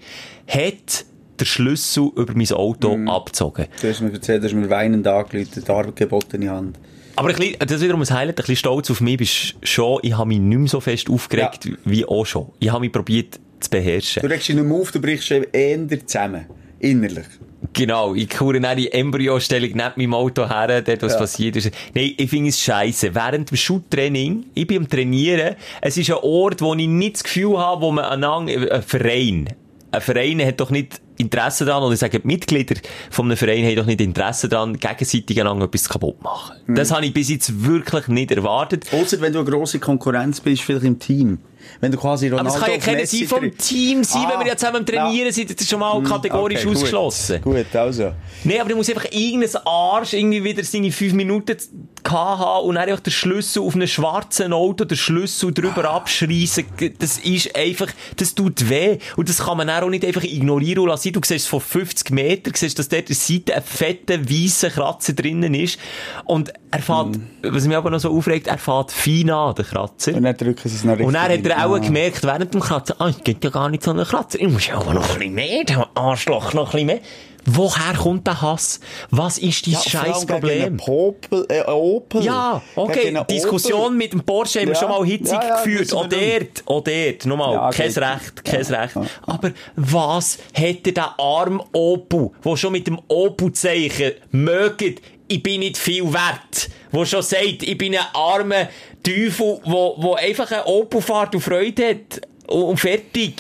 S3: hat den Schlüssel über mein Auto abgezogen.
S4: Du hast mir erzählt, du hast mir weinend angerufen, die Arbeit gebotene Hand.
S3: Aber ein bisschen, das ist wiederum ein Highlight, ein bisschen stolz auf mich bist schon, ich habe mich nicht mehr so fest aufgeregt
S4: Ja.
S3: wie auch schon. Ich habe mich probiert zu
S4: Du
S3: beherrschen.
S4: regst dich nicht mehr auf, du brichst eher zusammen. Innerlich.
S3: Genau, ich kuren dann die Embryo-Stellung neben meinem Auto her, dort was
S4: Ja.
S3: passiert ist. Nein, ich finde es scheiße. Während dem Schuttraining, ich bin am Trainieren, es ist ein Ort, wo ich nicht das Gefühl habe, wo man einander, äh, ein Verein, ein Verein hat doch nicht Interesse daran, oder ich sage, die Mitglieder von einem Verein haben doch nicht Interesse daran, gegenseitig einander etwas kaputt machen.
S4: Hm.
S3: Das habe ich bis jetzt wirklich nicht erwartet.
S4: Ausser wenn du eine grosse Konkurrenz bist, vielleicht im Team. Wenn du quasi
S3: Aber
S4: Ronaldo
S3: es kann ja
S4: auf
S3: keiner
S4: Messi
S3: sein vom
S4: trifft.
S3: Team sein, wenn
S4: Ah,
S3: wir ja zusammen am Trainieren
S4: ja. Hm.
S3: sind. Das ist schon mal
S4: Okay,
S3: kategorisch
S4: gut.
S3: ausgeschlossen.
S4: Gut, also.
S3: Nee, aber du musst einfach irgendein Arsch irgendwie wieder seine fünf Minuten z- gehabt haben und dann einfach den Schlüssel auf einem schwarzen Auto, den Schlüssel drüber abschreissen. G- Das ist einfach, das tut weh. Und das kann man dann auch nicht einfach ignorieren und lassen. Du siehst es von 50 Metern, siehst, dass dort an der Seite ein fetter, weißer Kratzer drinnen ist. Und er fährt, was mich aber noch so aufregt, er fährt fein an, der Kratzer.
S4: Und dann drücken sie es noch richtig.
S3: Und dann hat er auch
S4: Ah.
S3: gemerkt, während dem Kratzen, ah, es gibt ja gar nicht so einen Kratzer. Ich muss ja auch noch ein bisschen mehr, der Arschloch noch ein bisschen mehr. Woher kommt der Hass? Was ist dein
S4: Ja, vor allem
S3: scheiß
S4: Gegen
S3: Problem?
S4: einen Popel, äh, Opel.
S3: Ja, okay,
S4: Gegen einen
S3: Diskussion
S4: Opel.
S3: mit dem Porsche haben wir
S4: Ja,
S3: schon mal hitzig
S4: ja, ja,
S3: geführt.
S4: wissen wir
S3: Auch dort, auch dort, nochmal,
S4: Ja,
S3: kein
S4: geht.
S3: Recht, kein Recht.
S4: ja.
S3: Aber was hätte der arme Opel, der schon mit dem Opel-Zeichen mögt, ich bin nicht viel wert, wo schon sagt, ich bin ein armer Teufel, wo, wo einfach eine Opel fährt und Freude hat und, und fertig.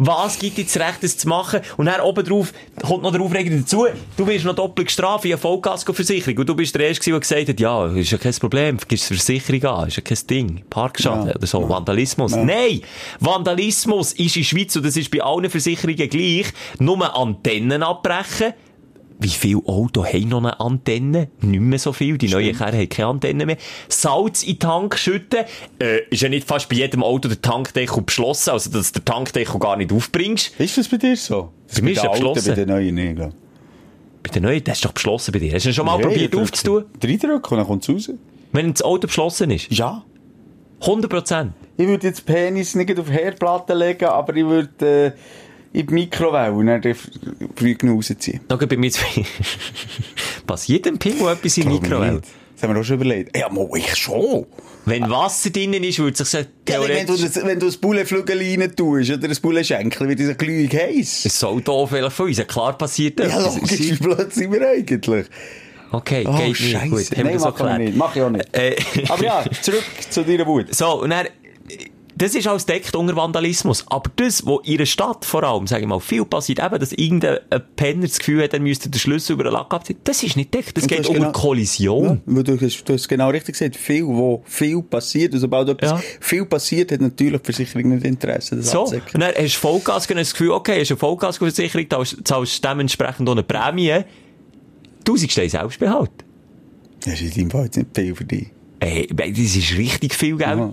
S3: Was gibt jetzt Recht, das zu machen? Und dann oben drauf kommt noch der Aufreger dazu. Du bist noch doppelt gestraft in einer Vollkaskoversicherung. Und du bist der Erste, gewesen, der gesagt hat, ja, ist ja kein Problem, vergiss die Versicherung an, ist ja kein Ding. Parkschaden
S4: Ja.
S3: oder so, Vandalismus. Nein! Vandalismus ist in der Schweiz, und das ist bei allen Versicherungen gleich, nur Antennen abbrechen. Wie viele Autos haben noch eine Antenne? Nicht mehr so viel. Die neuen Kerle haben keine Antenne mehr. Salz in den Tank schütten. Äh, ist ja nicht fast bei jedem Auto der Tankdeckel beschlossen, also dass du den Tankdeckel gar nicht aufbringst.
S4: Ist das bei dir so? Das
S3: Bei mir ist er
S4: den Alten,
S3: beschlossen.
S4: Bei den Neuen nicht, glaub.
S3: Bei den neuen, das ist doch beschlossen bei dir. Hast du ihn schon mal Ah, probiert aufzutun?
S4: Dreidrücken und dann kommt es raus.
S3: Wenn das Auto beschlossen ist.
S4: Ja.
S3: 100%.
S4: Ich würde jetzt Penis nicht auf die Herdplatte legen, aber ich würde äh, in die Mikrowelle und dann früh genug rausziehen.
S3: Noch bei mir zu *laughs* viel. Passiert dem Pingu etwas in der Mikrowelle?
S4: Das haben wir auch schon überlegt. Ja, mo, ich schon.
S3: Wenn Wasser drinnen ist, würde es sich so
S4: wenn, du
S3: theoretisch...
S4: das, wenn du das Bullenflügel rein tust oder das Bullenschenkel, wird es gleich heiß.
S3: Das Auto vielleicht von uns. Klar passiert
S4: *laughs* Ja, logisch, wie blöd sind wir eigentlich.
S3: Okay,
S4: Oh,
S3: geht nicht.
S4: Scheiße.
S3: Gut, haben wir
S4: Nein,
S3: das auch
S4: mach ich
S3: geklärt.
S4: nicht. Mach ich auch nicht.
S3: *laughs* Äh,
S4: Aber ja, zurück zu deiner Wut.
S3: So, und dann, das ist alles deckt unter Vandalismus. Aber das, was in der Stadt vor allem, sage ich mal, viel passiert, eben, dass irgendein ein Penner das Gefühl hat, er müsste den Schlüssel über den Lack abziehen, das ist nicht deckt. Das
S4: Und du
S3: geht
S4: hast
S3: um
S4: genau-
S3: Kollision.
S4: Ja, weil du, hast, du hast dus genau richtig gesagt, viel, wo viel passiert, Dus und sobald etwas
S3: Ja.
S4: viel passiert, hat natürlich die Versicherung nicht Interesse, dus das
S3: So,
S4: abzudecken.
S3: und dann hast du Vollgas gegeben, hast das Gefühl, okay, hast eine Vollgasversicherung, zahlst- zahlst dementsprechend auch eine Prämie. 1000 Steine Selbstbehalt.
S4: Das ist in deinem Fall jetzt nicht viel für dich.
S3: Ey, das ist richtig viel Geld.
S4: Ja.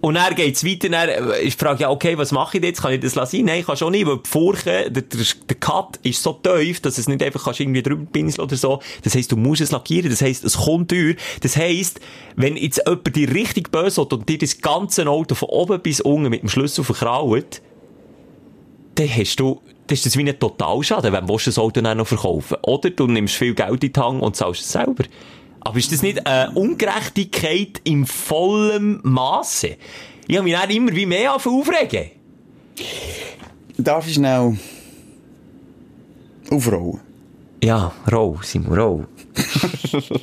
S3: Und dann geht's weiter, dann äh, ich frage ja, okay, was mache ich jetzt? Kann ich das lassen? Nein, kannst du auch nicht, weil die Furche, der, der, der Cut ist so tief, dass es nicht einfach kannst irgendwie drüber pinseln oder so. Das heisst, du musst es lackieren, das heisst, es kommt teuer. Das heisst, wenn jetzt jemand dir richtig böse hat und dir das ganze Auto von oben bis unten mit dem Schlüssel verkraut, dann hast du, das ist das wie ein Totalschaden, wenn du das Auto dann noch verkaufen willst. Oder du nimmst viel Geld in die Hand und zahlst es selber. Aber ist das nicht eine Ungerechtigkeit im vollen Maße? Ich habe mich dann immer wie mehr angefangen aufregen.
S4: Darf nou ich schnell aufrollen?
S3: Ja, roll, Simon,
S4: *laughs*
S3: roll.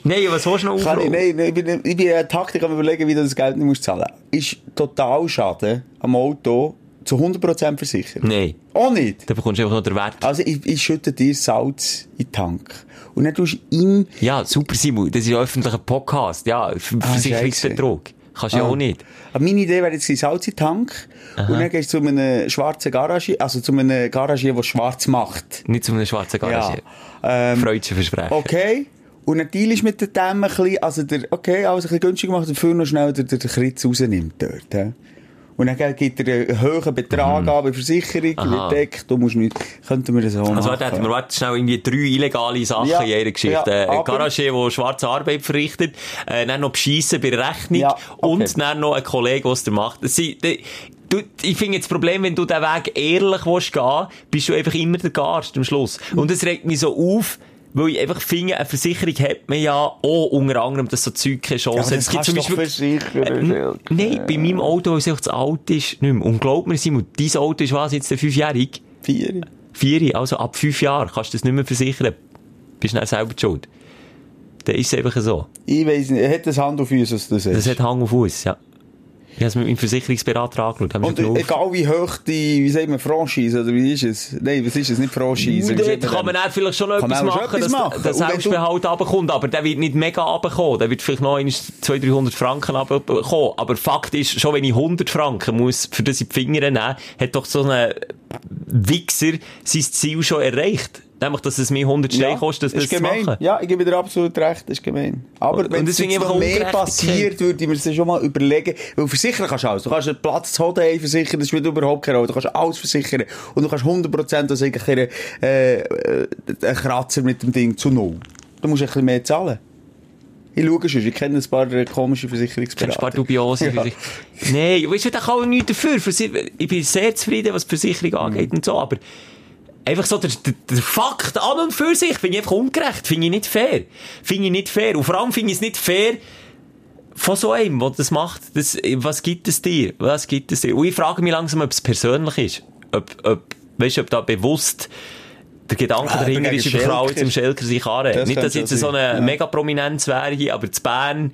S3: nein, was willst du noch
S4: Kann ich,
S3: aufrollen?
S4: nein, nein, ich bin, ich bin eine Taktik am überlegen, wie du das Geld nicht musst zahlen musst. Ist Totalschaden am Auto zu 100% versichert?
S3: Nein,
S4: Auch nicht?
S3: dann bekommst du einfach noch den Wert.
S4: Also ich, ich schütte dir Salz in den Tank. Und dann tust du ihm...
S3: Ja, super, Simon, das ist ein öffentlicher Podcast. Ja, Ver- Versicherungsbetrug. Kannst du ja
S4: Ah.
S3: auch nicht.
S4: Aber meine Idee wäre jetzt gewesen, Salz in den Tank und dann gehst du zu einem schwarzen Garagier, also zu einem Garagier, der schwarz macht.
S3: Nicht zu einem schwarzen Garage.
S4: Ja. Ähm,
S3: Freudsche Versprechen.
S4: okay. Und dann dealst du mit dem Dämmen ein bisschen, also der, okay, alles ein bisschen günstiger gemacht, dafür noch schnell der, der Kritz rausnimmt dort. hä? Und dann gibt er einen hohen Betrag an bei Versicherung,
S3: Mhm. Aha.
S4: wird deckt, du musst nicht, könnten wir das auch
S3: Also warte,
S4: machen.
S3: hätten wir warte, schnell irgendwie drei illegale Sachen
S4: Ja,
S3: in ihrer Geschichte. äh,
S4: ja,
S3: ein
S4: aber-
S3: Garagier, der schwarze Arbeit verrichtet, äh, dann noch Beschissen bei der Rechnung
S4: Ja, okay.
S3: und dann noch ein Kollege, der es dir macht. Sie, die, Du, ich finde jetzt das Problem, wenn du diesen Weg ehrlich willst gehen, bist du einfach immer der Garst am Schluss. Und es regt mich so auf, weil ich einfach finde, eine Versicherung hat man ja auch unter anderem, dass so Zeug keine Chance hat. Also, Es gibt zum Beispiel- Äh,
S4: versichern.
S3: Nein, bei meinem Auto, weil es einfach zu alt ist, nicht mehr. Und glaub mir, Simon, dein Auto ist was, jetzt der Fünfjährige?
S4: Vier.
S3: Vier, also ab fünf Jahren kannst du das nicht mehr versichern. Bist dann selber die schuld. Dann ist es einfach so.
S4: Ich weiss nicht, hat das Hand auf uns, was du sagst.
S3: Das hat Hang auf Fuß, ja. Ich habe es mit meinem Versicherungsberater angeschaut. Haben wir
S4: Und äh,
S3: schon drauf.
S4: egal wie hoch die, wie sagt man, Franchise, oder wie ist es? Nein, was ist es? Nicht Franchise. wie
S3: Dort
S4: sagt
S3: kann man
S4: dem?
S3: dann vielleicht schon
S4: man
S3: etwas
S4: auch schon
S3: machen,
S4: etwas
S3: dass
S4: machen.
S3: der
S4: Und wenn du-
S3: Selbstbehalt runterkommt, aber der wird nicht mega runterkommen. Der wird vielleicht noch einmal 200, 300 Franken runterkommen. Aber Fakt ist, schon wenn ich 100 Franken muss, für das in die Finger nehmen, hat doch so ein Wichser sein Ziel schon erreicht. Nämlich, dass es mir 100 Steine kostet, das
S4: ist
S3: zu
S4: gemein.
S3: machen.
S4: Ja, ich gebe dir absolut recht, das ist gemein. Aber
S3: Und-
S4: wenn
S3: und
S4: es
S3: deswegen
S4: jetzt
S3: einfach
S4: noch mehr
S3: Ungerechtigkeit.
S4: passiert, würde ich mir das schon mal überlegen. Weil versichern kannst du alles. Du kannst einen Platz zu Hotel versichern, das spielt dus überhaupt keine Rolle. Du kannst alles versichern. Und du kannst 100% also eigentlich einen, äh, äh, einen Kratzer mit dem Ding zu null. Du musst ein bisschen mehr zahlen. Ich schaue schon, ich kenne ein paar äh, komische
S3: Kennst du ein paar
S4: Versicherungsberater.
S3: dubiose
S4: Ja.
S3: ja. Nein, weißt du, da kann auch nichts dafür. Versi- Ich bin sehr zufrieden, was die
S4: Mhm.
S3: Versicherung angeht und so, aber einfach so der, der, der Fakt an und für sich finde ich einfach ungerecht, finde ich nicht fair. Finde ich nicht fair. Und vor allem finde ich es nicht fair von so einem, der das macht. Das, was gibt es dir? Was gibt es dir? Und ich frage mich langsam, ob es persönlich ist. Ob, ob, weißt du, ob da bewusst der Gedanke
S4: Ah,
S3: dahinter
S4: gegen
S3: ist, über Frauen
S4: Schelker.
S3: zum Schelker sich anreden.
S4: Das
S3: nicht, dass
S4: könnte
S3: jetzt
S4: schon
S3: so eine
S4: sein, ja.
S3: Mega-Prominenz wäre hier, aber zu Bern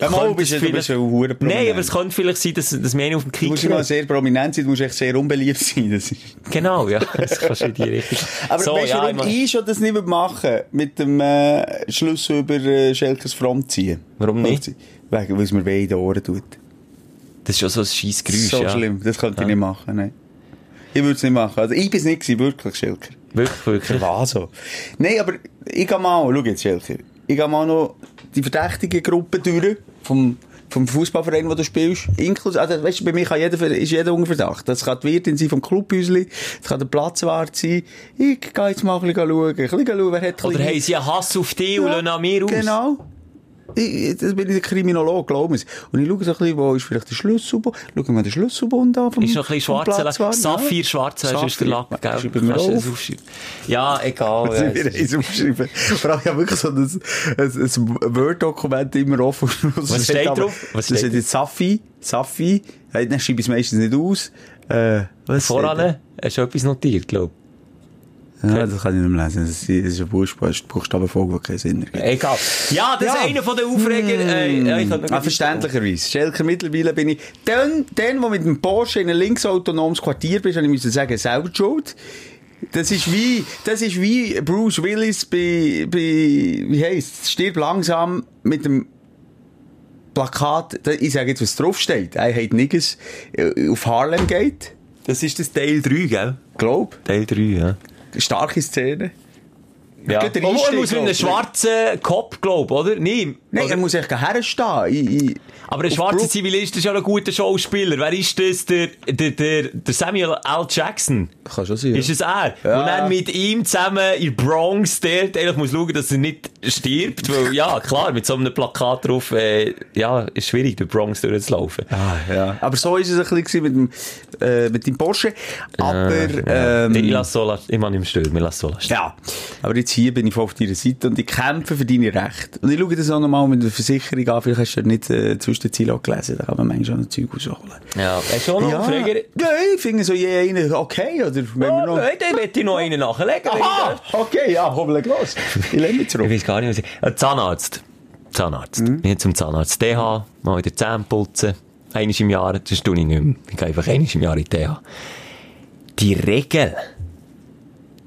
S4: Ja, mal,
S3: könnte
S4: du bist
S3: es
S4: ja- du
S3: vielleicht-
S4: bist ja ein Hurenprominent.
S3: Nein, aber es könnte vielleicht sein, dass, dass wir einen auf dem
S4: Du
S3: Kick
S4: musst immer sehr prominent sein, du musst echt sehr unbeliebt sein. Das ist
S3: Genau, ja. *laughs* Das kannst du in die Richtung.
S4: *laughs* Aber
S3: so,
S4: weißt du,
S3: ja,
S4: warum
S3: ich...
S4: ich schon das nicht mehr machen Mit dem äh, Schluss über äh, Schelkers Front ziehen.
S3: Warum nicht?
S4: Wegen, weil es mir weh in den Ohren tut.
S3: Das ist schon so ein scheiß
S4: Das
S3: Geräusch,
S4: ist so
S3: ja.
S4: schlimm, das könnte ich nicht machen. Nein. Ich würde es nicht machen. Also, ich bin es nicht gewesen, wirklich, Schelker.
S3: Wirklich,
S4: *laughs*
S3: wirklich.
S4: war so. Nein, aber ich gehe mal, schau jetzt, Schelker, ich gehe mal noch die verdächtige Gruppe durch vom, vom Fußballverein, wo du spielst. Inklusive, also, weißt du, bei mir kann jeder, ist jeder unter Verdacht. Das kann die Wirtin sein vom Clubhäuschen, das kann der Platzwart sein. Ich gehe jetzt mal ein bisschen schauen, ein bisschen schauen, wer hat ein
S3: Oder
S4: bisschen-
S3: haben sie einen Hass auf dich und lassen an mir aus?
S4: Genau. Ich, ich- das bin ich der Kriminologe, glaub mir's. Und ich schaue so ein bisschen, wo ist vielleicht der Schlüsselbund? Schau mir den Schlüsselbund an vom
S3: Ist noch ein bisschen
S4: vom
S3: schwarzer Lack.
S4: Platzwart, ja.
S3: Saphir schwarzer Lack ist der Lack,
S4: Ja,
S3: gell?
S4: ist über mir
S3: Kannst du das
S4: auf.
S3: aufschreiben? Ja, egal.
S4: Sie
S3: Oh Ja,
S4: mir
S3: es ist-
S4: eins aufschreiben.
S3: *laughs*
S4: Vor allem, ich habe wirklich so ein, ein, ein Word-Dokument immer offen. *laughs*
S3: Was steht drauf? Was
S4: Was
S3: steht
S4: das steht jetzt Safi, Safi. Hey, Dann schreibe ich es meistens nicht aus. Äh, was steht
S3: Voran ne? hast du etwas notiert, glaub
S4: da? Ja, das kann ich nicht mehr lesen. Das ist, das ist ein Buchstabe, Buchstabenfolge, die keinen Sinn ergibt.
S3: Egal. Ja, Ah, das ist
S4: Ja. Hm.
S3: einer von den Aufregern. Äh, ja, ich könnte noch-
S4: Ah, verständlicherweise. Schelker, mittlerweile bin ich, den, den, wo mit dem Porsche in ein linksautonomes Quartier bist, und ich müssen sagen, selber schuld. Das ist wie, das ist wie Bruce Willis bei, bei, wie heisst's, stirb langsam mit dem Plakat, da- ich sage jetzt, was draufsteht. I hate niggas, äh, auf Harlem geht.
S3: Das ist das Teil 3, gell?
S4: Glaub.
S3: Teil 3, ja.
S4: Starke Szene.
S3: Ja.
S4: Gut, der
S3: Obwohl, er
S4: Einstieg,
S3: muss mit einem
S4: glaub
S3: schwarzen Kopf, glaub oder? Nein. also
S4: Nein,
S3: oder?
S4: er muss echt herstehen. Ich, ich,
S3: Aber ein
S4: auf
S3: schwarzer
S4: Brooke-
S3: Zivilist ist ja ein guter Schauspieler. Wer ist das? Der, der, der, der Samuel L. Jackson.
S4: Kann schon sein. ja.
S3: Ist es er?
S4: Ja.
S3: Und dann mit ihm zusammen in Bronx dort, eigentlich muss schauen, dass er nicht stirbt, weil, ja, klar, mit so einem Plakat drauf, äh, ja, ist schwierig, durch Bronx durchzulaufen.
S4: Ah, ja. Aber so ist es ein bisschen gewesen mit dem, äh, mit dem Porsche. Aber,
S3: Ja.
S4: ähm,
S3: ich lasse so, la- ich mache nicht stören, ich lasse so lassen.
S4: ja. Aber jetzt hier bin ich voll auf deiner Seite und ich kämpfe für deine Rechte. Und ich schaue das auch nochmal mit der Versicherung an. Vielleicht hast du ja nicht äh, zwischen den Zielen auch gelesen. Da kann man manchmal auch noch Zeug rausholen.
S3: Ja, hast du auch noch einen Aufreger?
S4: ja, ich finde so je einen okay, oder? Wenn wir
S3: Oh,
S4: noch...
S3: nein, dann möchte ich noch einen nachlegen. wenn ich darf.
S4: Aha! Okay, ja, hobbel los. Ich lehne mich
S3: Ich *laughs*
S4: zurück.
S3: weiß gar nicht, was ich... Äh, Zahnarzt. Zahnarzt. Ich gehe zum Zahnarzt. DH, mal wieder Zähne putzen. Einmal im Jahr, das tue ich nicht mehr. Ich gehe einfach einmal im Jahr in die DH. Die Regel.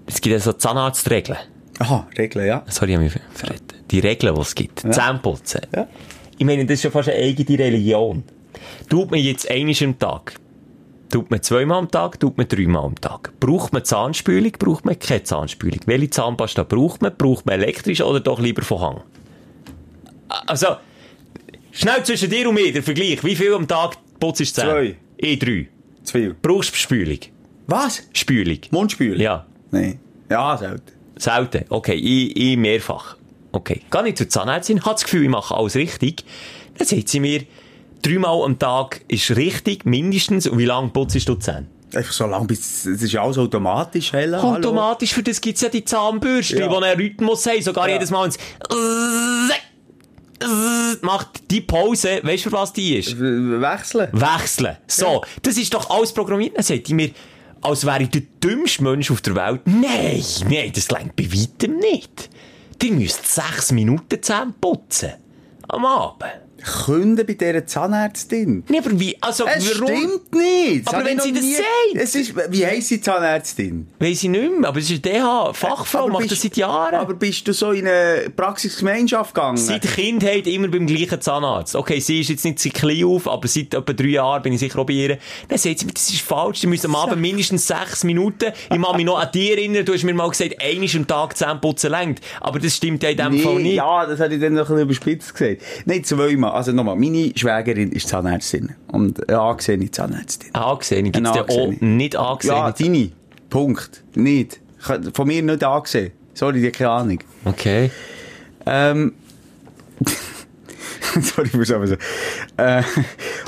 S3: Es gibt ja so Zahnarztregeln.
S4: Aha, Regeln, ja.
S3: Sorry, ich habe mich verraten. Die Regeln, die es gibt. Zahnputzen.
S4: Ja.
S3: Ich meine, das ist ja fast eine eigene Religion. Tut man jetzt einmal am Tag? Tut man zweimal am Tag? Tut man dreimal am Tag? Braucht man Zahnspülung? Braucht man keine Zahnspülung? Welche Zahnpasta braucht man? Braucht man elektrisch oder doch lieber von Hang? Also, schnell zwischen dir und mir der Vergleich. Wie viel am Tag putzt du Zähne?
S4: Zwei.
S3: Ich drei.
S4: Zu viel.
S3: Brauchst du Spülung?
S4: Was?
S3: Spülung?
S4: Mundspülen?
S3: Ja.
S4: Nein. Ja, selten.
S3: Selten. Okay, ich, ich mehrfach. Okay. Gar nicht zur Zahnärztin, hat das Gefühl, ich mache alles richtig. Dann sagt sie mir, dreimal am Tag ist richtig, mindestens. Und wie lange putzt du die Zähne?
S4: Einfach so lang, bis, es ist alles automatisch, hell.
S3: Automatisch, für das gibt's ja die Zahnbürste,
S4: Ja.
S3: die einen Rhythmus haben. Sogar
S4: Ja.
S3: jedes Mal ins macht die Pause, weißt du, für was die ist?
S4: Wechseln.
S3: Wechseln. So, das ist doch alles programmiert. Dann sagt die mir, als wäre ich der dümmste Mensch auf der Welt. Nein, nein, das längt bei weitem nicht. Die müsst sechs Minuten Zähne putzen. Am Abend.
S4: Kunden bei dieser Zahnärztin.
S3: Nee, aber wie, also,
S4: Es
S3: warum?
S4: stimmt nicht.
S3: Aber
S4: Hab ich
S3: wenn
S4: noch
S3: sie das
S4: nie-
S3: sagt.
S4: Es ist, wie heisst die Zahnärztin?
S3: Weiss ich nicht mehr, aber es ist DH, Fachfrau,
S4: Äh, Aber
S3: macht
S4: bist-
S3: das seit Jahren.
S4: Aber bist du so in eine Praxisgemeinschaft gegangen?
S3: Seit Kindheit immer beim gleichen Zahnarzt. Okay, sie ist jetzt nicht so klein auf, aber seit etwa drei Jahren bin ich sicher auch bei ihr. Dann sagt sie mir, das ist falsch, sie müssen am Abend mindestens sechs Minuten. Ich mache mich noch an dich erinnern, du hast mir mal gesagt, einmal am Tag Zahnputzen lenkt. Aber das stimmt ja in dem Fall
S4: Nee,
S3: nicht.
S4: ja, das habe ich dann noch ein bisschen überspitzt gesagt. Nein, zweimal. Also nochmal, meine Schwägerin ist Zahnärztin. Und eine angesehene Zahnärztin.
S3: Angesehen, gibt's
S4: Eine
S3: ja auch
S4: angesehene.
S3: nicht angesehen.
S4: Genau, Ja, deine. Punkt. Nicht. Ich- Von mir nicht angesehen. Sorry, die hat keine Ahnung.
S3: Okay.
S4: Ähm. *laughs* Sorry, ich muss aber so. Äh,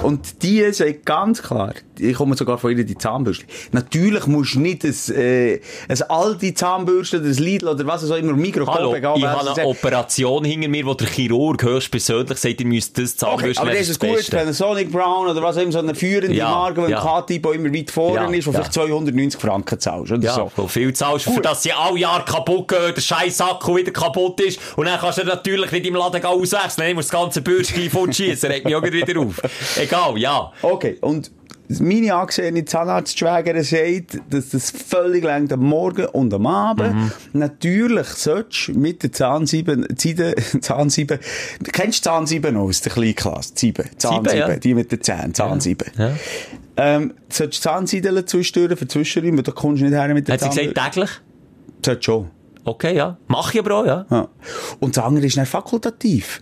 S4: und die sagt ganz klar, ich komme sogar von ihnen die Zahnbürste. Natürlich musst du nicht ein, äh, ein alte Zahnbürste oder ein Lidl oder was dus auch immer, Mikro
S3: Hallo,
S4: kaufen, egal
S3: ich
S4: was
S3: habe
S4: sie
S3: eine
S4: sagt.
S3: Operation hinter mir, wo der Chirurg höchstpersönlich sagt, ihr müsst das
S4: Okay,
S3: Zahnbürsten
S4: aber das ist gut, Panasonic Brown oder was auch immer, so eine führende
S3: Ja,
S4: Marke, wenn
S3: ja.
S4: K-Typ auch immer weit vorne
S3: Ja,
S4: ist, wo
S3: ja.
S4: vielleicht 290 Franken dus zahlst oder
S3: Ja,
S4: so.
S3: wo viel zahlst, für dass sie alle Jahr kaputt gehen, der scheiß Akku wieder kaputt ist. Und dann kannst du natürlich nicht im Laden gehen auswechseln. Ich muss das ganze Bürstchen von schießen, regt mich auch gerade wieder auf. Egal, ja.
S4: Okay, und meine angesehene Zahnarztschwägerin sagt, dass das völlig längt am Morgen und am Abend.
S3: Mhm.
S4: Natürlich solltest du mit der Zahnsieben, Zide, *laughs* Zahnsieben, du kennst Zahnsieben aus der Kleinklasse? Sieben. Zahnsieben,
S3: ja.
S4: die mit den Zähnen, Zahnsieben.
S3: Ja.
S4: Ähm, solltest du Zahnseideln zustören für Zwischenräume, da kommst du nicht her mit der
S3: Hat sie gesagt, täglich?
S4: Solltest schon.
S3: Okay, ja. Mach ich aber auch, ja.
S4: Ja. Und das andere ist dann fakultativ.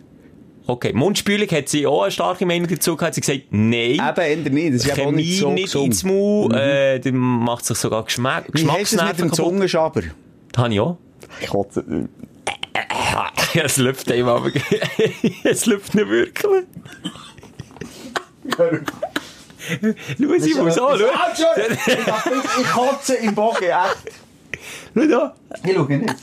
S3: Okay. Mundspülung hat sie auch eine starke Meinung dazu gehabt. Hat sie gesagt, nein.
S4: Eben, eher nicht. Das ist eben auch
S3: Chemie
S4: nicht so
S3: nicht
S4: gesund. Mhm.
S3: ins Maul, äh, dann macht sich sogar Geschmack,
S4: Wie heisst das mit
S3: Geschmacksnerven
S4: dem
S3: kaputt.
S4: Zungenschaber?
S3: Habe ich auch. *laughs*
S4: Ich kotze. *laughs*
S3: Es läuft einem aber, *laughs* es läuft nicht wirklich. Schau sie, muss an, schau.
S4: Ich kotze im Bogen, echt.
S3: Schau da.
S4: Ich schaue nicht.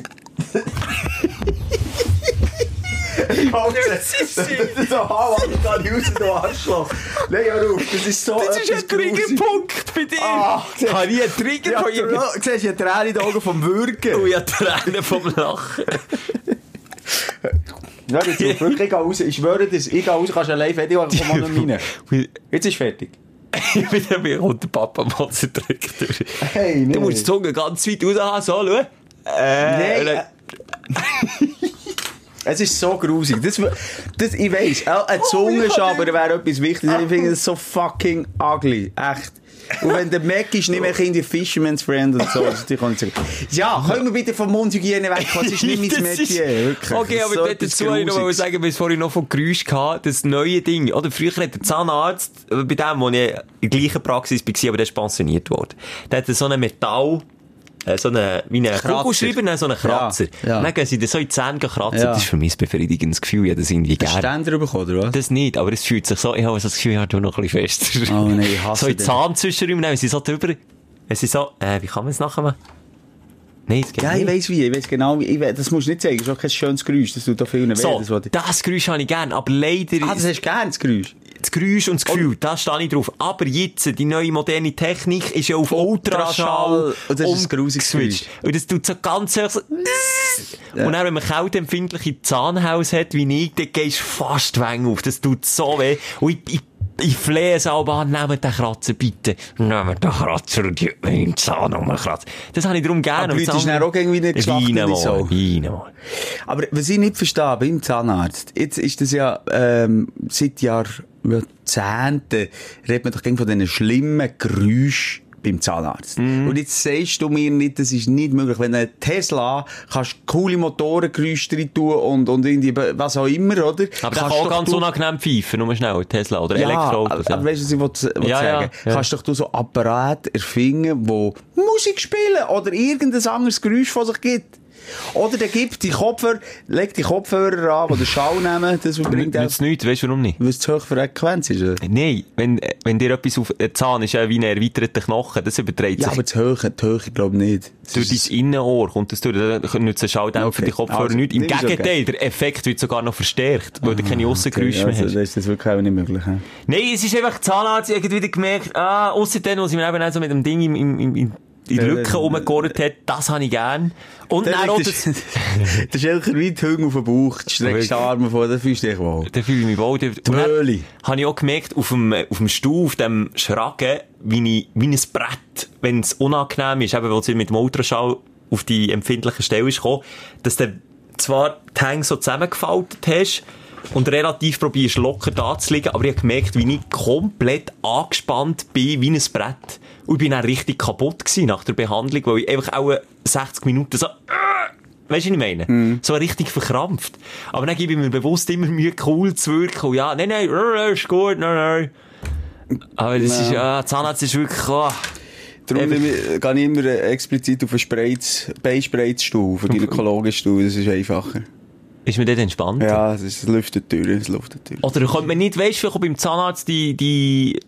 S4: Ich kotze. Das ist Hau an, da raus, du Arschloch. Nein, hör auf, das ist so
S3: Das ist
S4: etwas
S3: ein
S4: Grusiges.
S3: Triggerpunkt bei dir.
S4: Ah, siehst-
S3: Habe ich einen Trigger
S4: Ja,
S3: von irgendwas? *laughs*
S4: du siehst, ich habe Tränen in den Augen vom
S3: Oh,
S4: Würgen.
S3: ich habe Tränen vom Lachen.
S4: Hör jetzt auf, wirklich, ich gehe raus. Ich schwöre dir, ich gehe raus, kannst allein fertig machen, komm mal
S3: *laughs*
S4: noch rein. Jetzt ist fertig.
S3: Ich bin dabei und der Papa Motze drückt
S4: *laughs*
S3: durch.
S4: Hey,
S3: Du musst die Zunge ganz weit raus haben, so, schau. Äh,
S4: Nein, *laughs* äh, Es ist so grusig. Das, das, ich weiss, auch ein Zungenschaber wäre etwas Wichtiges. Ich finde das so fucking ugly. Echt. Und wenn der Mac ist, nimm ich in die Fisherman's Friend und so. Also, die kann ich sagen. Ja, können wir bitte von Mundhygiene weg? Das
S3: *laughs*
S4: ist nicht mein
S3: Das ist-
S4: Metier. Wirklich.
S3: Okay,
S4: Das
S3: aber
S4: ist so
S3: so
S4: etwas
S3: dazu wollte ich noch mal
S4: Grusiges.
S3: sagen, bis vorhin noch von Geräusch gehabt, das neue Ding. Oder früher hat der Zahnarzt, äh, bei dem, wo ich in der gleichen Praxis war, aber der ist pensioniert worden, der hatte so einen Metall, äh, so einen, wie einen
S4: Kratzer.
S3: Kugelschreiber, nein, so einen Kratzer.
S4: ja.
S3: Dann gehen sie dir so in die Zähne kratzen,
S4: Ja.
S3: das ist für mich ein befriedigendes Gefühl, ich habe das irgendwie
S4: Hast du
S3: gerne.
S4: Ständer bekommen, oder was?
S3: Das nicht, aber es fühlt sich so, ich habe so das Gefühl, ich habe noch ein bisschen fester.
S4: Oh nein, ich hasse
S3: So in die
S4: den.
S3: Zahnzwischenräume, nein, sie so drüber, es ist so, äh, wie kann man es nachher machen? Nein, es geht
S4: Ja,
S3: nicht.
S4: ich weiss wie. nou, Ich weiss genau wie. Ich weiss, das musst du nicht sagen. Das ist auch kein schönes Geräusch. Das tut da vielen weh.
S3: So,
S4: Das wollte ich-
S3: das Geräusch habe ich gern, aber leider...
S4: ah, das hast du gerne, das Geräusch?
S3: das Geräusch und das Gefühl, da stehe ich drauf. Aber jetzt, die neue moderne Technik ist ja auf Ultraschall
S4: Ultraschall. Und das ist ein grusiges
S3: umgeswitcht. Und das tut so ganz hoch so Und dann, wenn man kälteempfindliche Zahnhaus hat, wie ich, dann gehst du fast weg auf. Das tut so weh. Und ich, ich, ich flehe es auch an, nehmt den Kratzer bitte. Nehmt den Kratzer und jagt mir in den Zahn um den Kratzer. Das habe ich darum gerne.
S4: Aber Leute, ist dann auch irgendwie nicht geschlachtet
S3: Weinen
S4: und
S3: wollen,
S4: so.
S3: weinen wollen.
S4: Aber was ich nicht verstehe beim Zahnarzt, jetzt ist das ja ähm, seit Jahr, Jahrzehnten, redet man doch gegen von diesen schlimmen Geräuschen beim Zahnarzt.
S3: Mhm.
S4: Und jetzt sagst du mir nicht, das ist nicht möglich. Wenn ein Tesla, kannst du coole Motorengeräusche rein tun und, und irgendwie, was auch immer, oder?
S3: Aber das
S4: Kannst
S3: kann auch
S4: doch
S3: ganz
S4: du-
S3: unangenehm pfeifen, nur schnell, Tesla oder
S4: ja,
S3: Elektroautos.
S4: aber weißt du, was ich wollte wollte
S3: Ja, ja,
S4: sagen?
S3: ja.
S4: Kannst doch du so Apparate erfinden, wo Musik spielen oder irgendein anderes Geräusch von sich gibt. Oder der gibt die Kopfhörer, legt die Kopfhörer an, die den Schall nehmen, das bringt auch,
S3: Nützt nichts, weißt du warum nicht?
S4: weil es zu hoch Frequenz ist. oder?
S3: Nein, wenn, äh, wenn dir etwas auf, der Zahn ist ja wie ein erweiterter Knochen, das überträgt
S4: Ja,
S3: sich
S4: aber zu hoch, die Höhe glaube ich nicht. Das
S3: durch
S4: ist-
S3: dein Innenohr, kommt das durch, da nützt ein Schalldämpfer
S4: Okay.
S3: die Kopfhörer
S4: Also,
S3: nicht. Im
S4: das ist
S3: Gegenteil,
S4: okay. Ah,
S3: der Effekt wird sogar noch verstärkt, weil du keine Aussengeräusche mehr
S4: also,
S3: hast.
S4: Das ist das wirklich auch nicht möglich. hä?
S3: Nein, es ist einfach, die Zahnarzt hat wieder gemerkt, ah, ausser dann, als ich mir eben auch so mit dem Ding im, im, im, in die
S4: Ja,
S3: Lücke
S4: ja.
S3: rumgegoren hat, das habe ich gern. Und
S4: Äh, Der
S3: dann auch
S4: legt
S3: das,
S4: den Sch- *laughs* der Schelker weit Hügel auf den Bauch, die streckst die Arme vor, dann fühlst du dich wohl.
S3: da fühle ich mich wohl. Und dann
S4: Höhle.
S3: Habe ich auch gemerkt, auf dem, auf dem Stuhl, auf dem Schragen, wie, ich, wie ein Brett, wenn es unangenehm ist, eben, weil sie mit dem Ultraschall auf die empfindliche Stelle ist gekommen, dass du zwar die Hänge so zusammengefaltet hast, und relativ probierst locker da zu liegen, aber ich habe gemerkt, wie ich komplett angespannt bin, wie ein Brett. Und ich bin auch richtig kaputt gewesen nach der Behandlung, weil ich einfach auch 60 Minuten so, Weißt du, was ich meine? So richtig verkrampft. Aber dann gebe ich mir bewusst immer Mühe, cool zu wirken. Und ja, nein, nein, nein, nein, ist gut, nein, nein. Aber das ist, ja, Zahnarzt ist wirklich, oh,
S4: Darum
S3: Eben.
S4: nehme ich- gehe ich immer äh, explizit auf einen Spreiz, Beispreizstuhl, auf einen Gynäkologenstuhl, das ist einfacher.
S3: ist mir dort entspannt.
S4: Ja, das ist- es lüftet durch, es lüftet durch.
S3: Oder könnte man nicht, weißt du, vielleicht auch beim Zahnarzt die, die,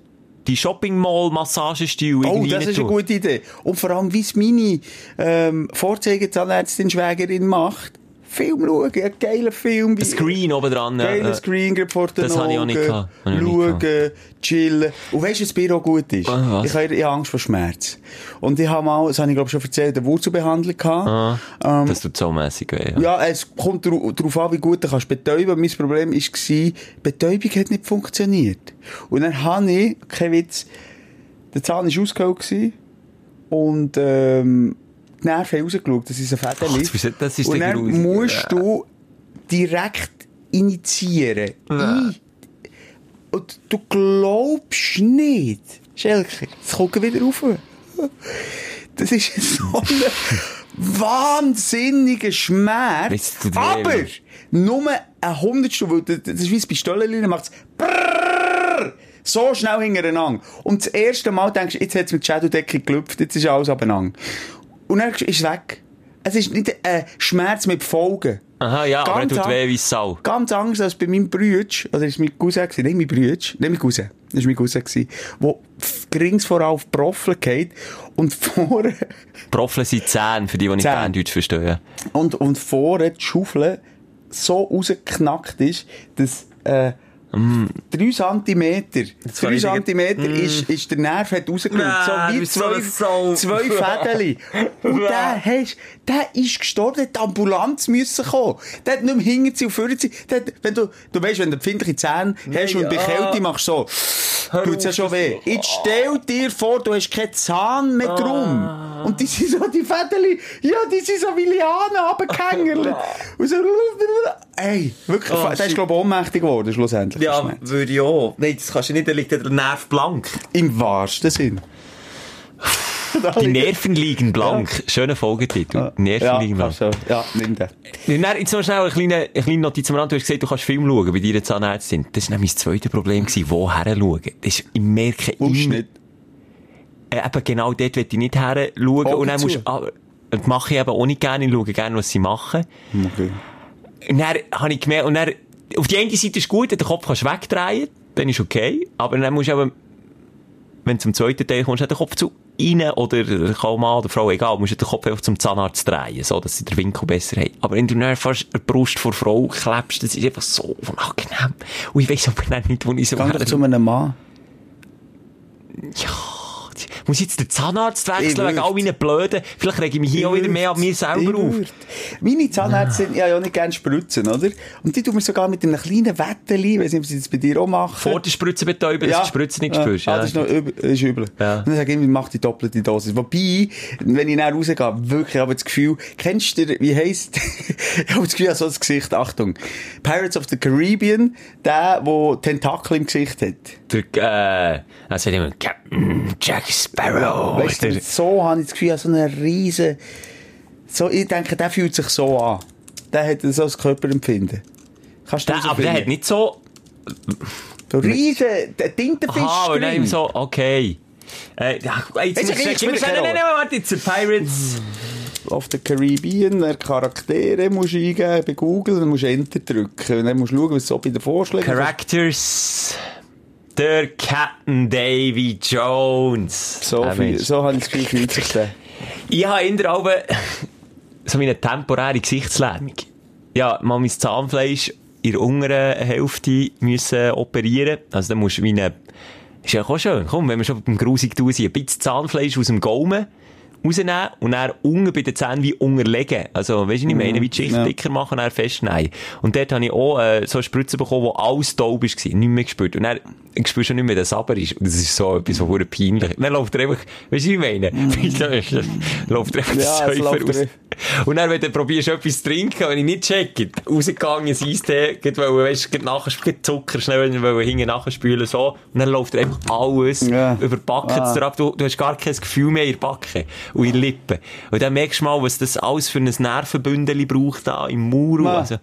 S3: die Shopping Mall Massagestil
S4: Oh,
S3: irgendwie
S4: das
S3: rein
S4: ist eine
S3: tun?
S4: gute Idee. Und vor allem, wie es meine ähm, Vorzeigezahnärztin Schwägerin macht. Film schauen, einen geilen Film. Wie,
S3: Screen oben dran.
S4: Geiler
S3: Äh,
S4: Screen, gerade vor den
S3: das habe ich auch nicht
S4: Augen.
S3: gehabt. Habe ich auch nicht
S4: Schauen, chillen. Und weißt du, was bei ihr auch gut ist?
S3: Ah, was?
S4: ich, habe, ich habe Angst vor Schmerz. Und ich habe mal, das habe ich glaube ich schon erzählt, eine Wurzelbehandlung gehabt.
S3: ah,
S4: Ähm,
S3: das tut so mässig weh. Ja.
S4: ja, es kommt darauf an, wie gut du kannst betäuben. Mein Problem war, die Betäubung hat nicht funktioniert. Und dann habe ich, kein Witz, der Zahn war ausgeholt gewesen und ähm, die Nerven haben rausgeschaut, das ist ein
S3: Ach,
S4: Fädeli.
S3: das ist- das ist
S4: und
S3: der
S4: dann
S3: Grusel.
S4: musst du direkt initiieren.
S3: Äh.
S4: I- Und du glaubst nicht, Schelke, es kommt wieder rauf. *laughs* Das ist so ein wahnsinniger Schmerz.
S3: Das tut weh,
S4: Aber
S3: Mann.
S4: nur ein Hundertstel, weil das das ist wie es bei Stollenlinien macht so schnell hintereinander. Und das erste Mal denkst du, jetzt hat es mit der Schädeldecke gelüpft, jetzt ist alles abeinander. Und dann ist es weg. Es ist nicht ein Schmerz mit Folgen.
S3: Aha, ja, aber er
S4: Ganz
S3: tut
S4: an-
S3: weh wie Sau.
S4: Ganz anders als bei meinem Brütsch, oder ist mein Cousin gewesen, nicht mein Brütsch, nicht mein Cousin, das war mein Cousin gewesen, wo f- rings vor allem auf die Profil geht und *laughs* vorne,
S3: Proflen sind Zähne, für die, die nicht
S4: Zähne.
S3: Berndeutsch verstehen.
S4: und, und vorne die Schaufel so rausgeknackt ist, dass, äh, 3 cm. 3
S3: Mm. ich Mm.
S4: cm ist, ist der Nerv hat rausgeschaut.
S3: Nein,
S4: so
S3: du
S4: wie
S3: bist so
S4: zwei,
S3: eine Sau.
S4: zwei
S3: *laughs*
S4: Fädeli. Und der, hast, der ist gestorben, der hat die Ambulanz müssen kommen. Der hat nicht mehr hinter sie und vorne sie. Der hat, wenn du, du weißt, wenn du empfindliche Zähne hast und bei Kälte machst du so, tut's ja schon weh. Jetzt stell dir vor, du hast keinen Zahn mehr drum. Und die sind so, die Fädeli, ja, die sind so wie Lianen runtergehängert. Und so, ey, wirklich,
S3: Oh,
S4: der ist, glaube ich, ohnmächtig geworden, schlussendlich. der Schmerz.
S3: würde ich auch. Nein, das kannst du nicht, da liegt der Nerv blank.
S4: Im wahrsten Sinn.
S3: Die Nerven liegen blank. Schöner Folgetitel. Die Nerven
S4: ja,
S3: liegen blank.
S4: fast so. Ja, nimm den.
S3: Und dann, jetzt noch schnell eine kleine, eine kleine Notiz am Rand. Du hast gesagt, du kannst Film schauen bei deiner Zahnärztin. Das war nämlich das zweite Problem, gewesen, woher schauen. Das ist, ich merke immer,
S4: Ausschnitt.
S3: äh, eben genau dort will ich nicht her schauen.
S4: Augen
S3: und dann
S4: zu.
S3: musst, ah, das mache ich eben auch nicht gerne. Ich schaue gerne, was sie machen.
S4: Okay.
S3: Und dann habe ich gemerkt, und dann, auf die eine Seite ist gut, den Kopf kannst du wegdrehen, dann ist okay. Aber dann musst du eben, wenn du zum zweiten Teil kommst, den Kopf zu rein oder der kann auch Mann oder Frau, egal, musst du den Kopf einfach zum Zahnarzt drehen, so, dass sie den Winkel besser haben. Aber wenn du dann fast die Brust vor Frau klebst, das ist einfach so unangenehm. Und ich weiss aber dann nicht, wo ich so
S4: Geh doch
S3: her-
S4: zu einem Mann.
S3: Muss ich jetzt den Zahnarzt
S4: Ich
S3: wechseln wegen all
S4: würd.
S3: meinen Blöden? Vielleicht rege ich mich hier auch wieder mehr an mir selber
S4: Ich
S3: auf.
S4: würd. Meine Zahnärztin, ja, ja nicht gerne spritzen, oder? Und die tun mir sogar mit einem kleinen Wetteli, weiss nicht, ob sie das bei dir auch machen.
S3: Vor der Spritze betäuben, dass du die Spritze nicht
S4: ja.
S3: spürst.
S4: Ah,
S3: ja.
S4: das ist noch übel. das Ist übel.
S3: Ja.
S4: Und dann sage ich immer, mach die doppelte Dosis. Wobei, wenn ich dann rausgehe, wirklich habe ich das Gefühl, kennst du, den- wie heisst, *laughs* ich habe das Gefühl, ich habe so ein Gesicht, Achtung, Pirates of the Caribbean, der, der Tentakel im Gesicht hat.
S3: Der, äh, er sagt immer, Captain mm, Jack Sparrow.
S4: Weißt du,
S3: Oh, Der-
S4: so habe ich das Gefühl, ich habe so einen riesen, so, ich denke, der fühlt sich so an. Der hat so ein Körperempfinden. Kannst du
S3: der, aber der hat nicht so,
S4: So riesen, der Tintenfisch.
S3: aha, aber dann
S4: drin.
S3: eben so, okay. Äh, ja, jetzt,
S4: Jetzt
S3: muss ich-
S4: kriegst
S3: gib
S4: du
S3: mir
S4: wieder
S3: schnell- nein,
S4: keine
S3: nein, warte, jetzt, der Pirates
S4: of the Caribbean, dann Charaktere musst du eingeben bei Google, dann musst du Enter drücken. Und dann musst du schauen, was so bei den Vorschlägen
S3: Characters. Der Captain Davy Jones.
S4: So,
S3: Ah,
S4: viel,
S3: Mensch.
S4: so habe ich das Gefühl, fühlt sich der.
S3: Ich habe in der Augen so eine temporäre Gesichtslähmung. Ja, mal mein Zahnfleisch in der unteren Hälfte müssen operieren. Also dann musst du wie eine... Ist ja auch schön. Komm, wenn wir schon beim grusig tun sind, ein bisschen Zahnfleisch aus dem Gaumen rausnehmen und dann unten bei den Zähnen wie unterlegen. Also, weißt du, was ich meine, wie die Schicht
S4: Mhm. ja.
S3: dicker machen und dann festschneiden. Und dort habe ich auch äh, so eine Spritze bekommen, wo alles taub war, nicht mehr gespürt. Und dann spürst du nicht mehr, dass es aber ist. Und das ist so etwas, was verdammt peinlich ist. Dann läuft er einfach, weißt du, was ich meine? *laughs* läuft er einfach
S4: Mhm. Ja,
S3: das
S4: es
S3: Säufer
S4: läuft
S3: raus. Und dann, wenn du probierst, etwas zu trinken, wenn ich nicht checke, rausgegangenes Eistee, geht, weil, weißt, geht nachher, Zucker schnell, weil wir hinten nachspülen, so. Und dann läuft dir einfach alles
S4: Ja.
S3: über die Backen
S4: Ah.
S3: zu ab. Du, du hast gar kein Gefühl mehr in der Backe und in den Lippen. Und dann merkst du mal, was das alles für ein Nervenbündel braucht da im Mauer.
S4: Ja.
S3: Also,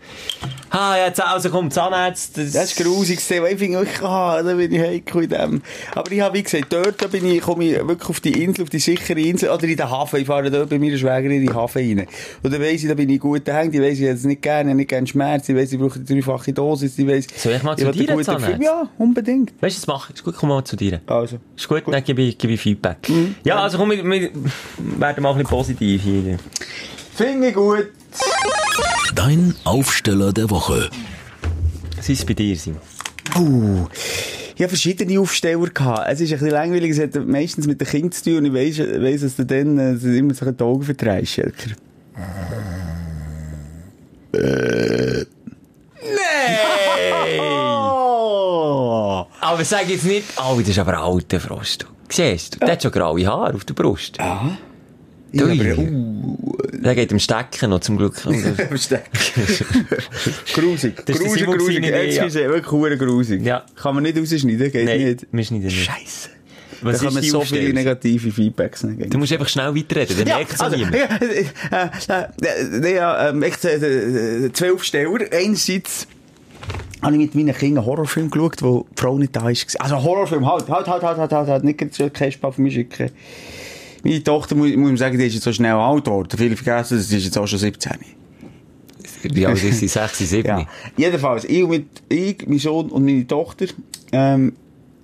S3: ah, ja, jetzt also kommt Zahnarzt.
S4: Das ist grusig, gewesen, weil ich finde, ich, ah, da bin ich heikel in dem. Aber ich habe, wie gesagt, dort da bin ich, komme ich wirklich auf die Insel, auf die sichere Insel, oder in den Hafen, ich fahre dort bei meiner Schwägerin in den Hafen rein. Und dann weiss ich, da bin ich gut daheim, die weiss, ich hätte es nicht gerne, ich habe nicht gerne Schmerz, ich weiss, ich brauche eine dreifache Dosis, ich weiss...
S3: Soll ich mal zu
S4: will ein
S3: dir,
S4: gutes
S3: Zahnarzt?
S4: Gefühl- Ja, unbedingt.
S3: Weißt du, was mach ich? Ist gut, komm mal zu dir.
S4: Also.
S3: Ist gut, dann gebe ich, gebe ich Feedback.
S4: Mhm.
S3: Ja, also komm, wir, wir werden mal ein bisschen positiv hier.
S4: Finde ich gut.
S2: Dein Aufsteller der Woche.
S3: Was ist bei dir, Simon?
S4: Uh, ich habe verschiedene Aufsteller gehabt. Es ist ein bisschen langweilig, es hat meistens mit den Kindern zu tun und ich weiss, weiss dass du dann äh, dass du immer so ein bisschen die Augen verdrehst, Schelker. Äh. *laughs*
S3: Hey!
S4: Oh!
S3: aber sag jetzt nicht, oh, das ist aber ein alter Frost. du. Siehst du, der hat schon graue Haare auf der Brust.
S4: Ich
S3: Ui.
S4: aber, uh,
S3: Der geht im Stecken noch, zum
S4: *laughs*
S3: Glück.
S4: grusig.
S3: Das ist der
S4: grusig,
S3: Simon
S4: grusig.
S3: gewesen,
S4: Excuse, wirklich hure grusig.
S3: Ja.
S4: Kann man nicht rausschneiden, geht
S3: Nein,
S4: nicht.
S3: wir schneiden nicht.
S4: Scheiße.
S3: Was
S4: da kann
S3: ist
S4: man
S3: die
S4: so
S3: Aufstellung?
S4: viele negative Feedbacks nicht geben.
S3: Du musst einfach schnell weiterreden, dann merkt es
S4: also, *laughs* ja,
S3: niemand.
S4: äh, äh, äh, ja, ähm, echt, äh, äh, zwei Aufsteller. Einerseits habe ich mit meinen Kindern einen Horrorfilm geschaut, wo die Frau nicht da war. Also Horrorfilm, halt, halt, halt, halt, halt, halt, halt. nicht so Cashbar von mir schicken. Meine Tochter, muss, muss ich sagen, die ist jetzt so schnell alt geworden. Viele vergessen, das ist jetzt auch schon 17.
S3: Ja, das ist die 6, 7.
S4: Ja. Jedenfalls, ich, und mit, ich, mein Sohn und meine Tochter ähm,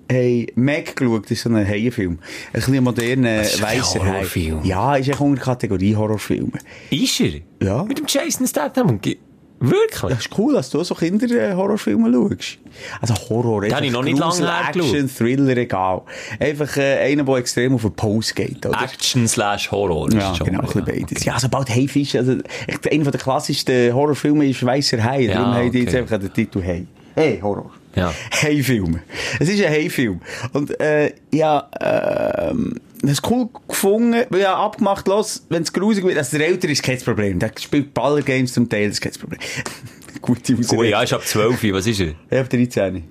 S4: haben Meg geschaut. Das ist so ein Haienfilm. Ein bisschen moderner,
S3: ist doch kein
S4: weißer Hai.
S3: Horrorfilm.
S4: eh, Ja, ist echt unter der Kategorie Horrorfilme.
S3: Ist er?
S4: Ja.
S3: Mit dem Jason Statham? und ge- Wirklich?
S4: Das ist cool, dass du so Kinder-Horrorfilme schaust. Also Horror,
S3: habe ich noch nicht
S4: Grusel,
S3: lange her
S4: Action, Thriller, egal. Einfach äh, einer, der extrem auf den Pose geht, oder?
S3: Action slash Horror.
S4: Ja, nou,
S3: ist schon
S4: genau, ein bisschen beides. Ja, sobald Haifisch, also echt einer der klassischsten Horrorfilme ist Weißer Hai.
S3: Ja,
S4: Darum haben die jetzt
S3: okay.
S4: einfach den Titel Hai. Hey, Horror.
S3: Ja.
S4: Hai-Film. Es ist ein Hai-Film. Und äh, ja, ähm, das ist cool gefunden, weil ja abgemacht, los, wenn es grusig wird, also der Ältere ist kein Problem. Der spielt Baller-Games zum Teil, das ist kein *laughs* Problem. Gute Ausrede.
S3: Gut, Oh ja, ist ab 12. Was ist er?
S4: Ja, ab 13.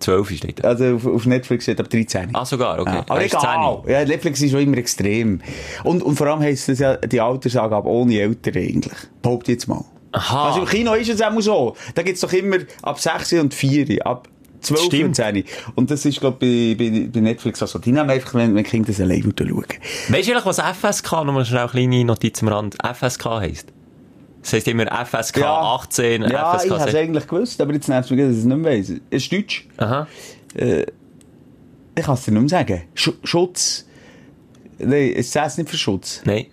S3: 12 ist nicht.
S4: Also auf, auf Netflix steht ab 13.
S3: Ah, sogar, okay.
S4: Ja, aber
S3: Er ist
S4: egal. Ja, Netflix ist schon immer extrem. Und, und vor allem heisst das ja die Altersangabe ohne Eltern eigentlich. Behaupte jetzt mal.
S3: Aha.
S4: Also im Kino ist es auch so. Da gibt es doch immer ab 6 und 4, ab 12
S3: Stimmt.
S4: und 10. Und das ist, glaube ich, bei, bei, bei Netflix auch so. Die nehmen einfach, wenn, wenn die Kinder das allein würden schauen.
S3: Weißt du eigentlich, was FSK, nochmal schnell eine kleine Notiz am Rand, FSK heisst? Das heisst immer FSK
S4: Ja.
S3: 18,
S4: Ja, ich
S3: FSK
S4: habe es
S3: 16.
S4: eigentlich gewusst, aber jetzt nervt mich, dass ich es nicht mehr weiss. Es ist Deutsch. Äh,
S3: Aha.
S4: Ich kann es dir nicht mehr sagen. Sch Schutz. Nein, es ist nicht für Schutz.
S3: Nein.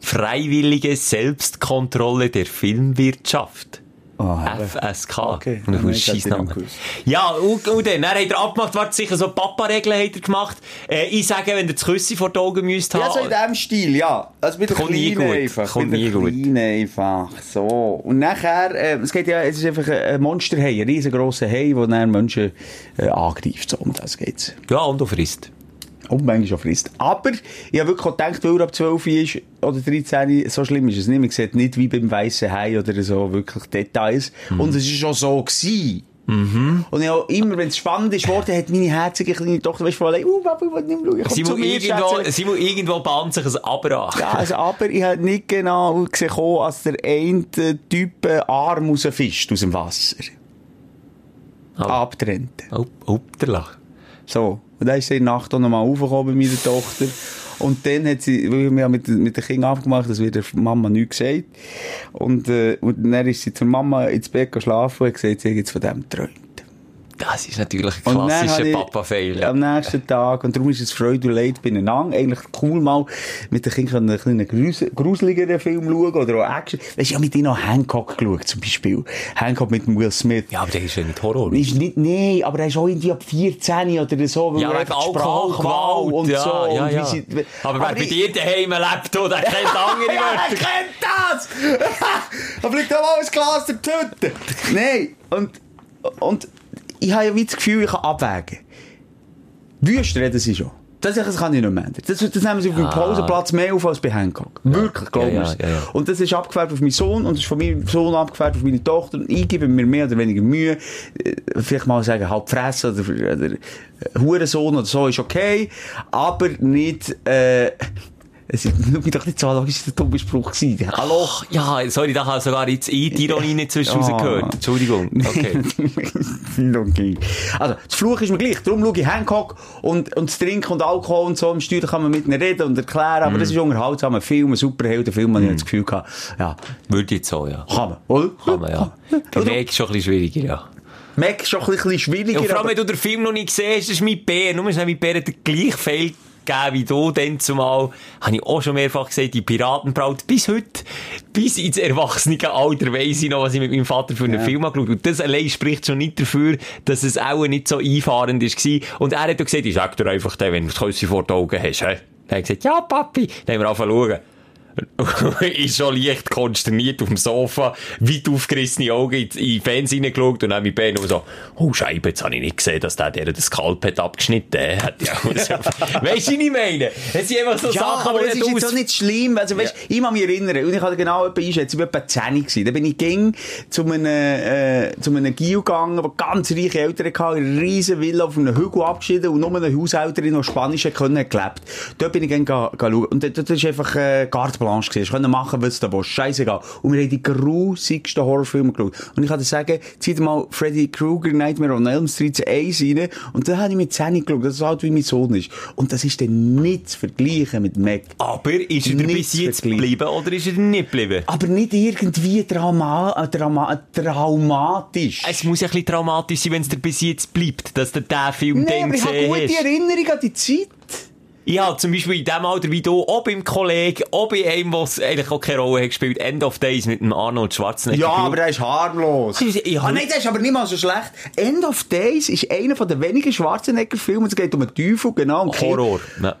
S3: Freiwillige Selbstkontrolle der Filmwirtschaft.
S4: Ah,
S3: FSK.
S4: Okay.
S3: Und
S4: Ja,
S3: ein
S4: ich hätte
S3: Scheissname.
S4: nicht gewusst.
S3: Ja, und, und dann, dann hat er abgemacht, warte, sicher so Papa-Regeln hat er gemacht. Äh, ich sage, wenn ihr das Küsse vor die Augen müsst
S4: Ja, so in
S3: haben.
S4: diesem Stil, ja. Also mit der
S3: Kommt nie
S4: Kleinen
S3: gut.
S4: einfach.
S3: Kommt
S4: mit der
S3: nie gut.
S4: Kleinen einfach. So. Und nachher, äh, es geht ja, es ist einfach ein Monsterhai, ein riesengroßer Hai, der dann Menschen äh, angreift. So, um das geht's.
S3: ja, und du frisst.
S4: Und manchmal auch frisst. Aber, ich habe wirklich auch gedacht, weil er ab 12 ist, oder 13, so schlimm ist es nicht. Man sieht nicht wie beim weißen Hai oder so wirklich Details. Und es ist schon so gewesen. Und ich habe immer, wenn es spannend ist, worden, hat meine herzige kleine Tochter, weißt du, von allein, uh, Papa, ich will nicht mehr schauen, komm zu
S3: Simon,
S4: mir,
S3: irgendwo,
S4: Schätzchen.
S3: Simon, irgendwo bahnt sich ein Aber an.
S4: Ja, also, aber ich habe nicht genau gesehen, als der eine Typ einen Arm rausfischt aus dem Wasser.
S3: Oh.
S4: Abtrennt.
S3: Oh, oh, der Lach.
S4: So. Und dann ist er in der Nacht auch nochmal aufgekommen bei meiner Tochter. Und dann hat sie, weil wir haben mit, mit den Kindern abgemacht, das wird der Mama nichts gesagt. Und, äh, und dann ist sie zur Mama ins Bett geschlafen und hat gesagt, sie hat jetzt von dem geträumt.
S3: Das ist natürlich ein
S4: Und dann habe
S3: klassischer
S4: ich
S3: Papa-Fail. Ja.
S4: Am nächsten Tag. Und darum ist es Freude und Leid beieinander. Eigentlich cool mal mit den Kindern einen kleinen grus- gruseligeren Film schauen oder auch Action. Weißt du, ich habe mit ihnen auch nou Hancock geschaut, zum Beispiel. Hancock mit dem Will Smith.
S3: ja, aber der ist ja nicht Horror.
S4: Ist nicht, nee, aber er ist auch irgendwie ab 14 oder so. weil
S3: Ja, aber
S4: einfach
S3: einfach Alkohol,
S4: Sprachwahl
S3: Gewalt.
S4: und
S3: ja,
S4: so.
S3: ja,
S4: und wie
S3: ja.
S4: sie-
S3: aber wer bei
S4: ich-
S3: dir daheim lebt, oh, der
S4: *laughs*
S3: kennt andere
S4: ja,
S3: Wörter.
S4: er kennt *laughs* das! da fliegt auch alles Glas der Tüte. Nein, und, und ich habe ja wie das Gefühl, ich kann abwägen. Wüst reden sie schon. Das, das kann ich nicht mehr ändern. Das, das nehmen sie auf dem Pausenplatz mehr auf als bei Hancock. Wirklich, glaub
S3: Ja, ja,
S4: mir's.
S3: ja, ja.
S4: Und das ist abgefärbt auf meinen Sohn und das ist von meinem Sohn abgefärbt auf meine Tochter. Und ich gebe mir mehr oder weniger Mühe. Äh, Vielleicht mal sagen, halb fressen oder, oder äh, Hurensohn oder so ist okay. Aber nicht, äh, es *laughs* ist, schau mich doch nicht so an, logisch, das war ein dummer Spruch. gewesen.
S3: Ah,
S4: Hallo?
S3: Ach, ja, sorry, da habe ich sogar jetzt eine Ironie nicht zwischen
S4: *laughs* Ja.
S3: rausgehört.
S4: *laughs*
S3: Entschuldigung. Okay.
S4: Okay. Also, das Fluch ist mir gleich. Darum schaue ich Hancock und, und das Trinken und Alkohol und so. Im Steuer kann man mit ihnen reden und erklären.
S3: Mm.
S4: Aber das ist ein unterhaltsamer Film, ein Superheldenfilm, habe ich das Gefühl gehabt. Ja,
S3: Würde jetzt so, ja.
S4: kann man, oder?
S3: Kann man,
S4: *laughs*
S3: ja. Der
S4: Oder?
S3: Weg ist schon ein bisschen schwieriger, ja.
S4: Mac ist schon ein bisschen schwieriger.
S3: Und vor allem,
S4: aber-
S3: wenn du den Film noch nicht gesehen hast, das ist mein Bär. Nur ist mein Bär hat den gleichen Fehler gegeben wie du dann zumal. Habe ich auch schon mehrfach gesagt, die Piratenbraut bis heute, bis ins Erwachsenenalter weiss ich noch, was ich mit meinem Vater für einen Film angeschaut habe. Und das allein spricht schon nicht dafür, dass es auch nicht so einfahrend war. Und er hat auch gesagt, ich sag dir einfach den, wenn du das Küsse vor den Augen hast. hä? Dann habe ich gesagt, ja Papi. Dann haben wir angefangen zu schauen. *laughs* ist schon leicht konsterniert auf dem Sofa, weit aufgerissene Augen in in den Fernseher reingeschaut und dann mit Ben so, oh Scheibe, jetzt habe ich nicht gesehen, dass der, der das Kalb hat abgeschnitten hat. *laughs* Hat ja auch so. weißt du, was ich meine? Es sind einfach so
S4: Ja,
S3: Sachen,
S4: aber
S3: die
S4: das ist jetzt auch
S3: aus-
S4: nicht schlimm. Also, weißt, ich kann mich erinnern, und ich hatte genau etwa einschätzen, ich war etwa 10 gewesen. Da bin ich ging zu einem, äh, zu einem Gio gegangen, der ganz reiche Eltern hatte, eine riesen Villa auf einem Hügel abgeschieden und nur eine Haushälterin, die Spanisch hat können, hat gelebt. Dort bin ich gern ga- ga schauen. Und dort, dort ist einfach, äh, Carte Blanche gewesen. Du können machen, was du willst. Scheißegal. Und wir haben die grusigsten Horrorfilme geschaut. Und ich kann dir sagen, zieh dir mal Freddy Krueger, Nightmare on Elm Street 1 rein. Und da habe ich mit 10 geschaut. Das ist halt wie mein Sohn ist. Und das ist dann nicht zu vergleichen mit Mac.
S3: Aber ist er bis
S4: Nichts
S3: jetzt
S4: vergleichen.
S3: geblieben oder ist er nicht geblieben?
S4: Aber nicht irgendwie drama äh, drama äh, traumatisch.
S3: Es muss ja ein bisschen traumatisch sein, wenn es dir bis jetzt bleibt, dass du den Film
S4: Nein,
S3: dann
S4: aber ich habe
S3: gesehen
S4: gute
S3: hast.
S4: Erinnerung an die Zeit.
S3: Ich habe zum Beispiel in dem Alter wie du, auch beim Kollegen, auch bei einem, der eigentlich auch keine Rolle hat gespielt, End of Days mit dem Arnold Schwarzenegger.
S4: Ja,
S3: geschaut.
S4: aber er ist harmlos.
S3: Ich- ich- ich-
S4: ah, nein, das ist aber nicht mal so schlecht. End of Days ist einer der wenigen Schwarzenegger-Filme. Es geht um einen Teufel, genau. um
S3: Horror. Ja.
S4: Kind.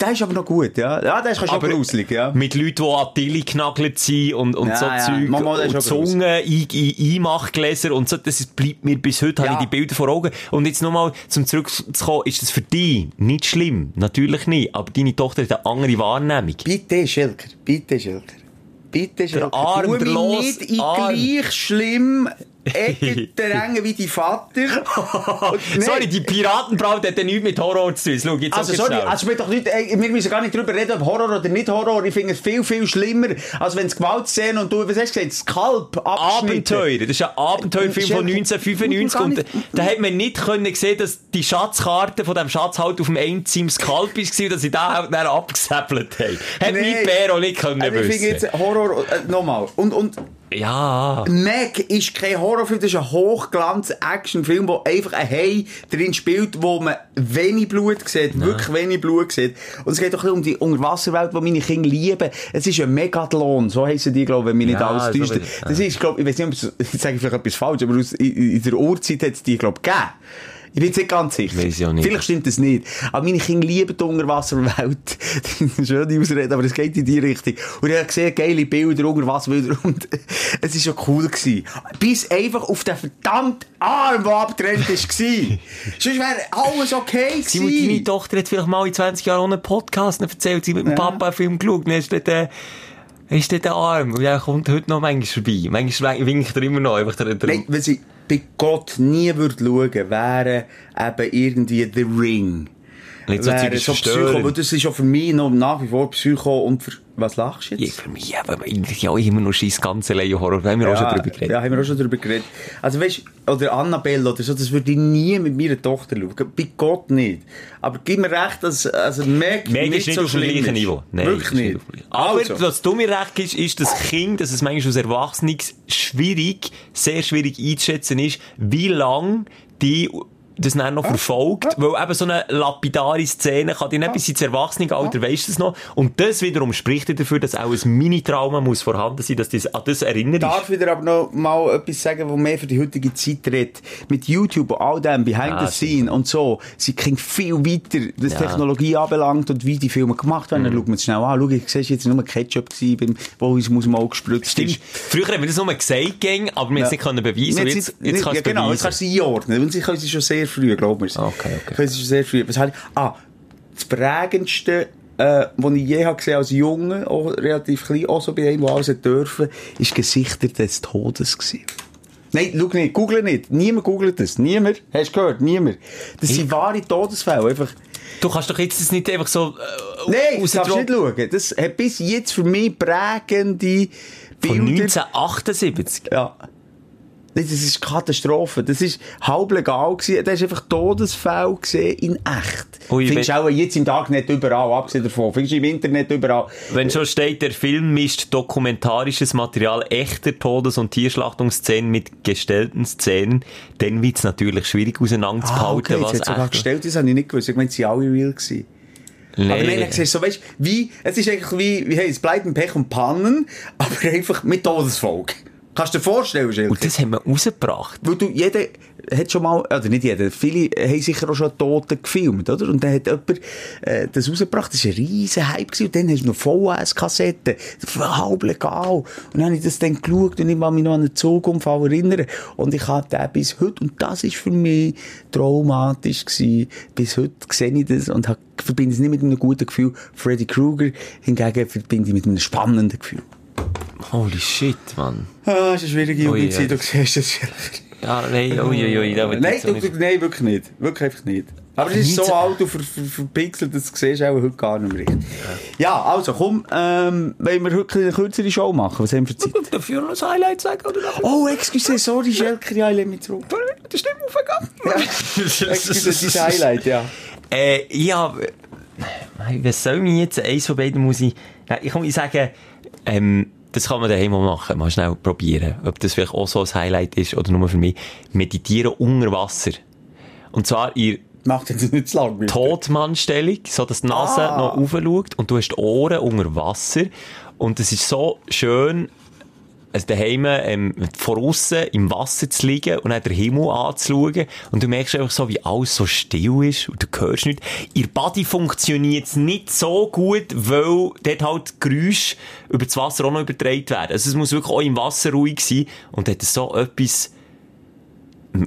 S4: Der ist aber noch gut, ja. Ja, der ist schon gruselig, ja.
S3: Mit Leuten, die an Tilly geknackelt sind und, und
S4: Ja,
S3: so
S4: ja.
S3: Zeug.
S4: Mama, das ist
S3: und
S4: schon gruselig.
S3: Zungen, ein, ein, Einmachgläser und so. Das ist- bleibt mir bis heute,
S4: Ja.
S3: habe ich die Bilder vor Augen. Und jetzt nochmal, zum zurückzukommen, ist das für dich nicht schlimm? Natürlich nicht. Aber deine Tochter hat eine andere Wahrnehmung.
S4: Bitte, Schilker. Bitte, Schilker. Bitte, Schilker.
S3: Arm,
S4: Tu mich
S3: der los-
S4: nicht in
S3: Arm. *laughs*
S4: gleich schlimm Ecken Terrain wie die Vater. Und- nein.
S3: Sorry, die Piratenbraut hat ja nichts mit Horror zu tun. Schau, jetzt
S4: Also,
S3: auch
S4: sorry,
S3: schnell.
S4: also wir, doch nicht, ey, wir müssen gar nicht drüber reden, ob Horror oder nicht Horror. Ich finde es viel, viel schlimmer, als wenn es Gewalt sehen und du, was hast du gesagt, das Kalb abschnitten.
S3: Abenteuer. Das ist ein Abenteuerfilm von
S4: Schell-
S3: 1995
S4: Gar
S3: und
S4: nicht-
S3: da- da hat man nicht können sehen, dass die Schatzkarte von dem Schatz halt auf dem einzigen Skalp war, dass sie da halt dann abgesäppelt haben. Hat
S4: Nee.
S3: mein Bär auch nicht können
S4: Also, Ich finde
S3: wissen.
S4: jetzt Horror, äh, nochmal. Und, und
S3: Ja.
S4: Meg ist kein Horrorfilm, das ist ein Hochglanz-Actionfilm, wo einfach ein Hai drin spielt, wo man wenig Blut sieht, wirklich wenig Blut sieht. Und es geht auch ein bisschen um die Unterwasserwelt, die meine Kinder lieben. Es ist ein Megathlon, so heissen die, glaube ich, wenn mich nicht
S3: Ja,
S4: alles
S3: so
S4: täuscht.
S3: wird-
S4: Das ist, glaube ich, ich weiß nicht, ob es- jetzt sage ich vielleicht etwas falsch, aber aus, in, in der Urzeit hat es die, glaube ich, gegeben. Ich bin jetzt nicht ganz sicher.
S3: Weiss ich auch nicht.
S4: Vielleicht stimmt das nicht. Aber meine Kinder lieben die Unterwasserwelt. *laughs* Schöne Ausrede, aber es geht in die Richtung. Und ich habe gesehen, geile Bilder, Unterwasserbilder. Und *laughs* es war schon cool. Gewesen. Bis einfach auf den verdammten Arm, der abgetrennt
S3: *laughs*
S4: war. Sonst wäre alles okay
S3: Sie und deine
S4: gewesen.
S3: Tochter hat vielleicht mal in 20 Jahren ohne Podcast dann erzählt, sie mit dem Papa einen Film geschaut, dann ist dort, äh, ist dort der Arm, und er kommt heute noch manchmal vorbei. Manchmal winkt er immer noch, einfach der, der
S4: Nein, wenn sie bei Gott nie würde schauen, wäre eben irgendwie The Ring.
S3: Nicht so
S4: wäre
S3: Zeug ist
S4: so Psycho,
S3: verstörend.
S4: weil das ist ja für mich noch nach wie vor Psycho und für, was lachst du
S3: Ja,
S4: jetzt?
S3: für mich eben, eigentlich auch immer noch scheiß ganze Leio Horror. Da haben wir auch schon drüber geredet.
S4: Ja, haben wir auch schon drüber geredet. Also weißt du, oder Annabelle oder so, das würde ich nie mit meiner Tochter schauen. Bei Gott nicht. Aber gib mir recht, dass, also Meg
S3: Nein, das ist
S4: nicht,
S3: nicht
S4: so
S3: auf dem
S4: schlimm
S3: gleichen
S4: ist.
S3: Niveau. Nein,
S4: Wirklich
S3: das ist
S4: nicht.
S3: auf dem gleichen- Aber
S4: Also.
S3: was du mir recht gibst, ist, dass Kind, dass es manchmal als Erwachsener schwierig, sehr schwierig einzuschätzen ist, wie lang die das dann
S4: Ah.
S3: noch verfolgt, weil eben so eine lapidare Szene kann dich nicht bis ins
S4: Ah.
S3: Erwachsenenalter, weisst du es noch, und das wiederum spricht dir dafür, dass auch ein Mini-Trauma muss vorhanden sein, dass das an das erinnert ist.
S4: Darf ich dir aber noch mal etwas sagen, was mehr für die heutige Zeit redet? Mit YouTube und all dem, behind
S3: Ah,
S4: the scene und so, sie kriegen viel weiter, was Technologie anbelangt und wie die Filme gemacht
S3: Mhm.
S4: werden. Dann schaut man es schnell an. Schau, ich sehe jetzt nur Ketchup gewesen, beim, wo uns aus dem Auge gespritzt
S3: Stimmt.
S4: ist.
S3: Früher haben wir das nur gesagt, gang, aber wir haben es nicht können beweisen
S4: Jetzt,
S3: und
S4: jetzt,
S3: jetzt, jetzt kannst du
S4: ja,
S3: es
S4: genau, jetzt
S3: beweisen.
S4: kannst du sie einordnen. Und sie können sie schon sehr früh, glaub mir.
S3: Okay, okay.
S4: Können sie schon sehr früh. Was habe ich? Ah, das prägendste, äh, was ich je habe gesehen als Junge, auch relativ klein, auch so bei einem, der alles hat dürfen, ist Gesichter des Todes gewesen. Nein, schau nicht, google nicht. Niemand googelt das. Niemand. Hast du gehört? Niemand. Das sind wahre Todesfälle. Einfach.
S3: Du kannst doch jetzt das nicht einfach so, äh,
S4: Nein,
S3: aus
S4: das
S3: der
S4: darfst du
S3: Dro-
S4: nicht schauen. Das hat bis jetzt für mich prägende
S3: von
S4: Bilder-
S3: 1978.
S4: Ja. Nee, Das ist Katastrophe. Das ist halb legal gewesen. Das ist einfach Todesfall gesehen in echt.
S3: Ui,
S4: Findest du
S3: wenn-
S4: auch jetzt im Tag nicht überall, abgesehen davon. Findest du im Internet überall.
S3: Wenn schon steht, der Film mischt dokumentarisches Material echter Todes- und Tierschlachtungsszenen mit gestellten Szenen, dann wird es natürlich schwierig auseinanderzuhalten,
S4: Ah, jetzt
S3: was
S4: hat sogar
S3: echt
S4: gestellt, das habe ich nicht gewusst. Ich meine, sie sind alle real gewesen.
S3: Nee.
S4: Aber nein, dann siehst du so, weißt du, wie, es ist eigentlich wie, wie, hey, es bleibt ein Pech und Pannen, *laughs* aber einfach mit Todesfolge. Kannst du dir vorstellen, Schilke?
S3: Und das haben wir rausgebracht.
S4: Weil du, jeder hat schon mal, oder nicht jeder, viele haben sicher auch schon Toten gefilmt, oder? Und dann hat jemand äh, das rausgebracht, das war ein riesen Hype gewesen. und dann hast du noch VHS-Kassetten, halb legal. Und dann habe ich das dann geschaut und ich kann mich noch an einen Zugunfall erinnern und ich habe den bis heute, und das ist für mich traumatisch gewesen, bis heute sehe ich das und hab, verbinde es nicht mit einem guten Gefühl. Freddy Krueger hingegen verbinde ich mit einem spannenden Gefühl.
S3: Holy shit, Mann.
S4: Ah, das ist eine schwierige
S3: Ui,
S4: Jugendzeit,
S3: ja.
S4: du siehst das
S3: Ja, nein, uiuiui, da wird
S4: Nein,
S3: jetzt auch
S4: du,
S3: nicht-
S4: du, nein, wirklich nicht. Wirklich einfach nicht. Aber es ist
S3: Nicht
S4: so
S3: so-
S4: alt und ver, ver, verpixelt, das siehst du auch heute gar nicht mehr richtig. Ja, also komm, ähm, wollen wir heute eine kürzere Show machen? Was haben wir für Zeit?
S3: Dafür noch ein Highlight sagen, oder?
S4: *laughs*
S3: *laughs*
S4: Oh, excuse, sorry, Schelker, ja, ich lehne mich zurück. *laughs*
S3: Das stimmt aufgegangen.
S4: Excuse, das ist ein Highlight, ja.
S3: Äh, ja, w- Mei, was soll mir jetzt eins von beiden muss ich, Nein, ich muss sagen, ähm, das kann man daheim mal machen, mal schnell probieren, ob das vielleicht auch so ein Highlight ist oder nur für mich. Meditieren unter Wasser. Und zwar in
S4: Macht jetzt nicht zu lang, bitte.
S3: Todmannstellung, so dass die Nase
S4: Ah.
S3: noch aufschaut und du hast die Ohren unter Wasser und es ist so schön, also daheim ähm, von aussen im Wasser zu liegen und dann den Himmel anzuschauen und du merkst einfach so, wie alles so still ist und du hörst nichts. Ihr Body funktioniert nicht so gut, weil dort halt Geräusche über das Wasser auch noch übertragen werden. Also es muss wirklich auch im Wasser ruhig sein und hat so etwas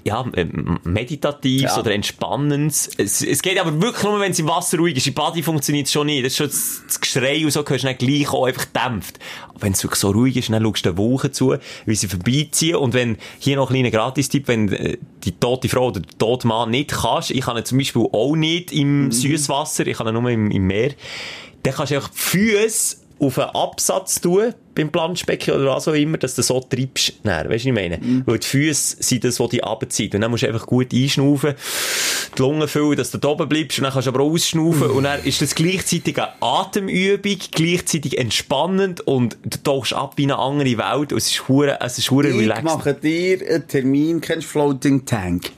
S3: ja, ähm, meditatives
S4: Ja.
S3: oder entspannendes. Es, es geht aber wirklich nur, wenn es im Wasser ruhig ist. Im Body funktioniert es schon nicht. Das ist schon das, das Geschrei und so, gehörst du dann gleich auch einfach dämpft. Aber wenn es wirklich so ruhig ist, dann schaust du den Wolken zu, wie sie vorbeiziehen. Und wenn, hier noch ein kleiner Gratistipp, wenn äh, die tote Frau oder der tote Mann nicht kannst, ich kann ihn zum Beispiel auch nicht im Süßwasser, ich kann ihn nur im, im Meer, dann kannst du einfach die Füße auf einen Absatz tun, beim Planschbecken oder was auch immer, dass du so treibst. Nein, weißt du, was ich meine?
S4: Mhm.
S3: Weil die Füße sind das, was dich runterzieht. Und dann musst du einfach gut einschnaufen, die Lungen füllen, dass du da oben bleibst. Und dann kannst du aber auch ausschnaufen.
S4: Mhm.
S3: Und dann ist das gleichzeitig eine Atemübung, gleichzeitig entspannend und du tauchst ab wie eine andere Welt. Und es ist hure, es ist hure
S4: Ich
S3: relaxed.
S4: mache dir einen Termin, kennst du Floating Tank?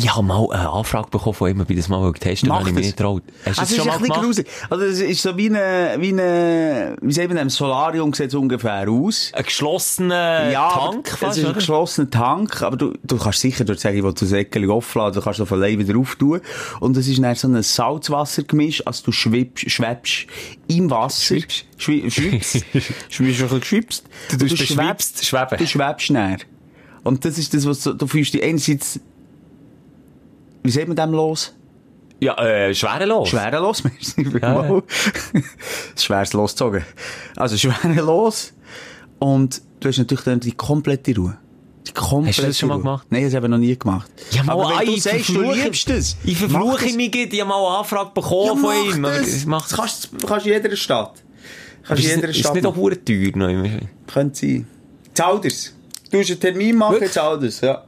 S3: Ich habe mal eine Anfrage bekommen von jemandem, die das mal testen wollte.
S4: Mach
S3: Habe ich mich
S4: das.
S3: nicht getraut. Hast du das
S4: Also,
S3: schon
S4: ist
S3: mal
S4: ein bisschen
S3: gemacht?
S4: grusig. Also, es ist so wie eine, wie eine, wie sagt man, dem Solarium sieht es ungefähr aus.
S3: Ein geschlossener
S4: aber
S3: Äh, Tank
S4: Es
S3: fast,
S4: ist ein
S3: oder?
S4: geschlossener Tank, aber du, du kannst sicher dort sagen, ich will das Eckchen offen lassen, du kannst auf allein wieder drauf tun. Und es ist dann so ein Salzwassergemisch, also du schwebst, schwebst im Wasser. Schwebst. Schwebst.
S3: *laughs*
S4: Schwebst. Schwebst. ein bisschen geschwipst. Und
S3: tust beschwipst schweben.
S4: Du schwebst näher. Und das ist das, was du, du fühlst dich einerseits, wie sagt man dem los?
S3: Ja, äh, schwerelos.
S4: Schwerelos, *laughs* merci.
S3: Ja, ja.
S4: Ja. Schweres Los gezogen. Also schwerelos. Und du hast natürlich dann die komplette Ruhe. Die komplett...
S3: Hast du das schon mal
S4: durch.
S3: gemacht?
S4: Nein, das habe ich noch nie gemacht.
S3: Ja, mal,
S4: Aber wenn
S3: ey,
S4: du
S3: ich
S4: sagst, du
S3: verfluche-
S4: liebst es.
S3: Ich
S4: mach
S3: verfluche
S4: das.
S3: mich, ich habe mal eine Anfrage bekommen
S4: Ja,
S3: von
S4: mach
S3: ihm.
S4: das.
S3: Mach das.
S4: Das kannst du kannst in jeder Stadt. Kannst in
S3: ist,
S4: jeder
S3: ist es
S4: Stadt
S3: nicht auch
S4: machen.
S3: hure teuer? Nein,
S4: Könnte sein. Zahl dir's. Du musst einen Termin machen,
S3: Wirklich? Ah.
S4: zahl dir's, ja.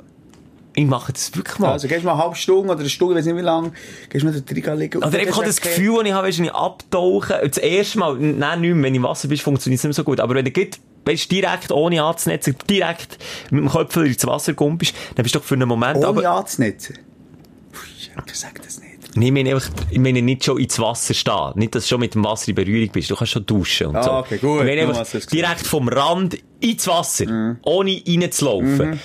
S3: Ich mache das wirklich mal.
S4: Also gehst mal eine halbe Stunde oder eine Stunde, ich weiß nicht wie lange, gehst mal dort rein liegen. und
S3: Oder
S4: dann
S3: einfach
S4: hast
S3: das
S4: du gesagt,
S3: Gefühl, das ich habe, weisst du, wenn ich abtauche, das erste Mal, nein, nicht mehr, wenn du im Wasser bist, funktioniert es nicht mehr so gut. Aber wenn du geht, weißt, direkt ohne anzunetzen, direkt mit dem Köpfchen ins Wasser gumpst, dann bist du doch für einen Moment,
S4: Ohne
S3: aber,
S4: anzunetzen. Pfui, ich sag das nicht.
S3: nee, ich meine, einfach, ich meine nicht schon ins Wasser stehen, nicht, dass du schon mit dem Wasser in Berührung bist, du kannst schon duschen und
S4: Ah,
S3: so.
S4: okay, gut.
S3: Ich meine
S4: Nur
S3: einfach
S4: hast du es gesagt.
S3: direkt vom Rand ins Wasser,
S4: Mm.
S3: ohne
S4: Mhm.
S3: reinzulaufen.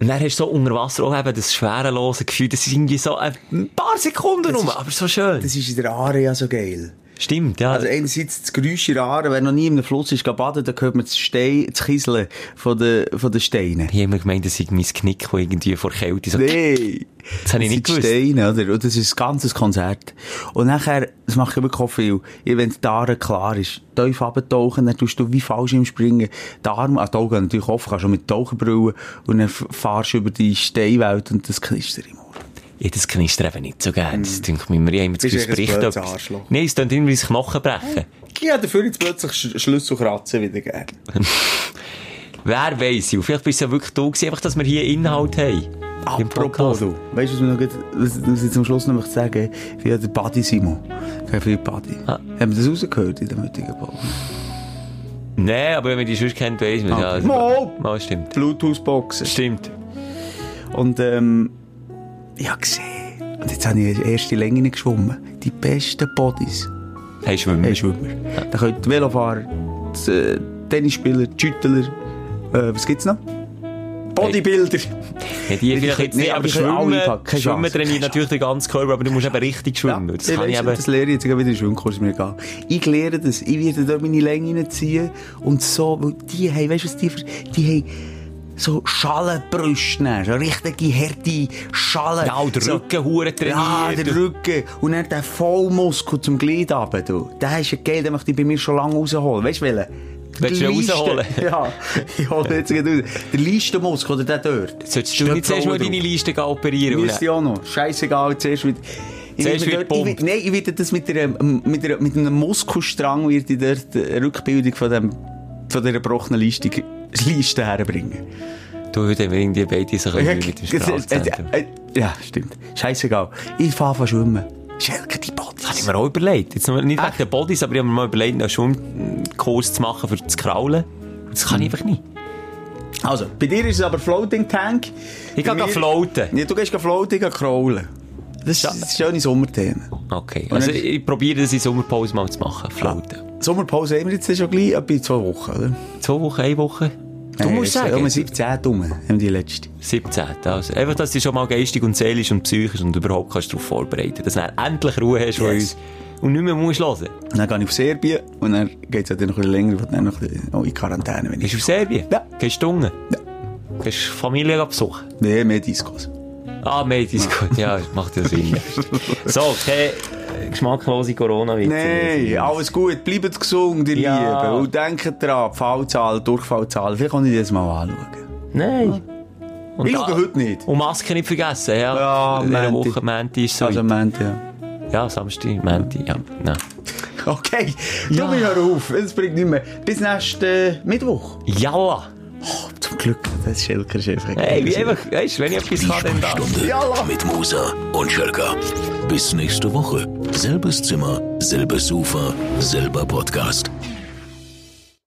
S3: Und dann hast du so unter Wasser auch eben das schwerelose Gefühl, das ist irgendwie so ein paar Sekunden rum, aber so schön.
S4: Das ist in der Aare so geil.
S3: Stimmt, ja.
S4: Also einerseits das Geräusch in der Aare, wenn noch nie in einem Fluss ist gebadet, dann hört man das, Stein, das Kieseln von den, von den Steinen.
S3: Ich habe immer gemeint, das sei mein Knick, das irgendwie vor Kälte so...
S4: Nee.
S3: Das habe ich nicht
S4: sind
S3: gewusst.
S4: Steine, oder? Und das ist ein ganzes Konzert. Und nachher, das mache ich wirklich auch viel, wenn die Aare klar ist, tief runtertauchen, dann tust du wie falsch im Springen, die Arme, also die Augen haben natürlich offen, kannst schon mit Taucherbrille, und dann f- fahrst du über die Steinwelt und das knistert im Ohr.
S3: Ja, das knistert eben nicht so
S4: Mm.
S3: gerne. Das denke ich mir, ich habe immer das
S4: Bist
S3: Gefühl, es
S4: eigentlich
S3: bricht
S4: ein blödes
S3: etwas.
S4: Arschloch.
S3: Nein, es tönt irgendwie das Knochen brechen.
S4: Ja, dafür jetzt plötzlich Sch Schlüsselkratzen wieder geben.
S3: Wer weiss, Ju, vielleicht bist du ja wirklich du gewesen, einfach, dass wir hier Inhalt haben. Im
S4: Apropos,
S3: Podcast.
S4: du, weißt du, was, wir noch, gut- was, was ich zum Schluss noch möchte sagen möchte? Ja, der Buddy Simon. Sehr viel Buddy.
S3: Ah.
S4: Haben wir das rausgehört in der heutigen Folge?
S3: Nein, aber wenn man die sonst kennt, weiss man. Ja,
S4: Ah.
S3: also-
S4: Mal.
S3: Mal, stimmt.
S4: Bluetooth-Boxen.
S3: Stimmt.
S4: Und ähm, ich habe gesehen. Und jetzt habe ich die erste Länge geschwommen. Die besten Bodies.
S3: Hey, schwimmen.
S4: Hey, Schwimmer. Da können die Velofahrer, die, äh, Tennisspieler, die Schüttler. Äh, was gibt's noch? Bodybuilder.
S3: Ja, die vielleicht
S4: können-
S3: jetzt nicht,
S4: nee,
S3: aber
S4: aber die können alle
S3: schwimmen,
S4: packen, keine
S3: schwimmen
S4: Chance,
S3: trainiert
S4: keine
S3: natürlich den ganzen Körper, aber du musst eben richtig schwimmen. das
S4: ich
S3: kann ich
S4: weiss,
S3: eben...
S4: das lehre ich jetzt gerade wieder im Schwimmkurs, ist mir egal. Ich lehre das, ich werde da meine Länge reinziehen und so, weil die haben, weißt du was, die, für- die haben so Schalenbrüste, so richtige, harte Schalen.
S3: Ja, und der
S4: so,
S3: Rücken hure trainiert.
S4: Ja, der Rücken. Und dann der Vollmuskel zum Glied runter, du. Der ist ja geil, den möchte ich bei mir schon lange rausholen. Weißt du, welchen?
S3: Willst du
S4: Der
S3: ihn
S4: Leisten.
S3: rausholen?
S4: Ja, *laughs* ich hole den jetzt gerade raus. Der Leistenmuskel, oder der dort.
S3: Solltest du nicht zuerst mal deine Liste gehen operieren? und
S4: Müsste ich auch noch. Scheißegal, zuerst mit... Ich
S3: Zuerst
S4: will
S3: wird
S4: dort- ich will-
S3: gepumpt.
S4: Nein, ich werde das mit, der, mit, der, mit einem Muskelstrang wird ich dort eine Rückbildung von, dem, von dieser gebrochenen Leistung, Leiste herbringen.
S3: dann- Du, heute haben wir irgendwie beide so ein bisschen mit dem Sprachzentrum.
S4: ja, ja, stimmt. Scheißegal. Ich fahre von schwimmen. Schelke die Bots.
S3: Habe ich mir auch überlegt. Jetzt noch nicht
S4: Äh?
S3: wegen den Bodies, aber ich habe mir mal überlegt, einen Schwimmkurs zu machen, für das Kraulen. Das kann ich einfach nicht.
S4: Also, bei dir ist es aber Floating Tank. Bei
S3: Ich kann
S4: mir-
S3: gehen floaten.
S4: Ja, du gehst gehen floaten, gehen crawlen. Das ist
S3: Ja.
S4: ein schönes Sommerthema.
S3: Okay.
S4: Und
S3: Also
S4: dann-
S3: ich, ich probiere das in Sommerpause mal zu machen. Floaten.
S4: Sommerpause haben wir jetzt schon gleich, etwa in zwei Wochen, oder?
S3: Zwei Wochen, eine Woche. Du musst
S4: Um
S3: sagen.
S4: 17 rum, haben die letzte.
S3: 17. Also, einfach, dass du dich schon mal geistig und seelisch und psychisch und überhaupt kannst darauf vorbereiten. Dass du dann endlich Ruhe hast von
S4: Yes.
S3: uns. Und nicht mehr musst hören.
S4: Und dann gehe ich auf Serbien und dann geht es halt noch ein bisschen länger, weil dann noch ein bisschen, oh, in Quarantäne, wenn
S3: Gehst
S4: ich...
S3: du auf Serbien?
S4: Ja.
S3: Gehst du unten? Ja. Gehst du Familie besuchen?
S4: Nee, mehr Discos.
S3: Ah, Mate ist gut. Ja, macht ja
S4: *laughs*
S3: Sinn. so, keine geschmacklose Corona-Witze.
S4: Nein, alles gut, bleibt gesund, ihr
S3: Ja.
S4: Lieben. Und denkt dran, Fallzahl, Durchfallzahl, vielleicht kann ich das mal anschauen.
S3: Nein. Und,
S4: ich
S3: da-
S4: schaue heute nicht.
S3: und Maske nicht vergessen, ja.
S4: Ja,
S3: In dieser
S4: Mänti.
S3: Woche, Menti ist so.
S4: Also,
S3: weit.
S4: Moment, ja.
S3: ja, Samstag, Menti, ja. Nein.
S4: Okay, du, wir hören auf, es bringt nicht mehr. Bis nächsten Mittwoch.
S3: Jalla.
S4: Oh, zum Glück, das ist Schelker Chef.
S3: Hey, wie einfach, weißt du, wenn ich etwas
S2: Die
S3: kann, dann das.
S2: Sprechstunde
S4: Jalla.
S2: mit Musa und Schelka. Bis nächste Woche. Selbes Zimmer, selbes Sofa, selber Podcast.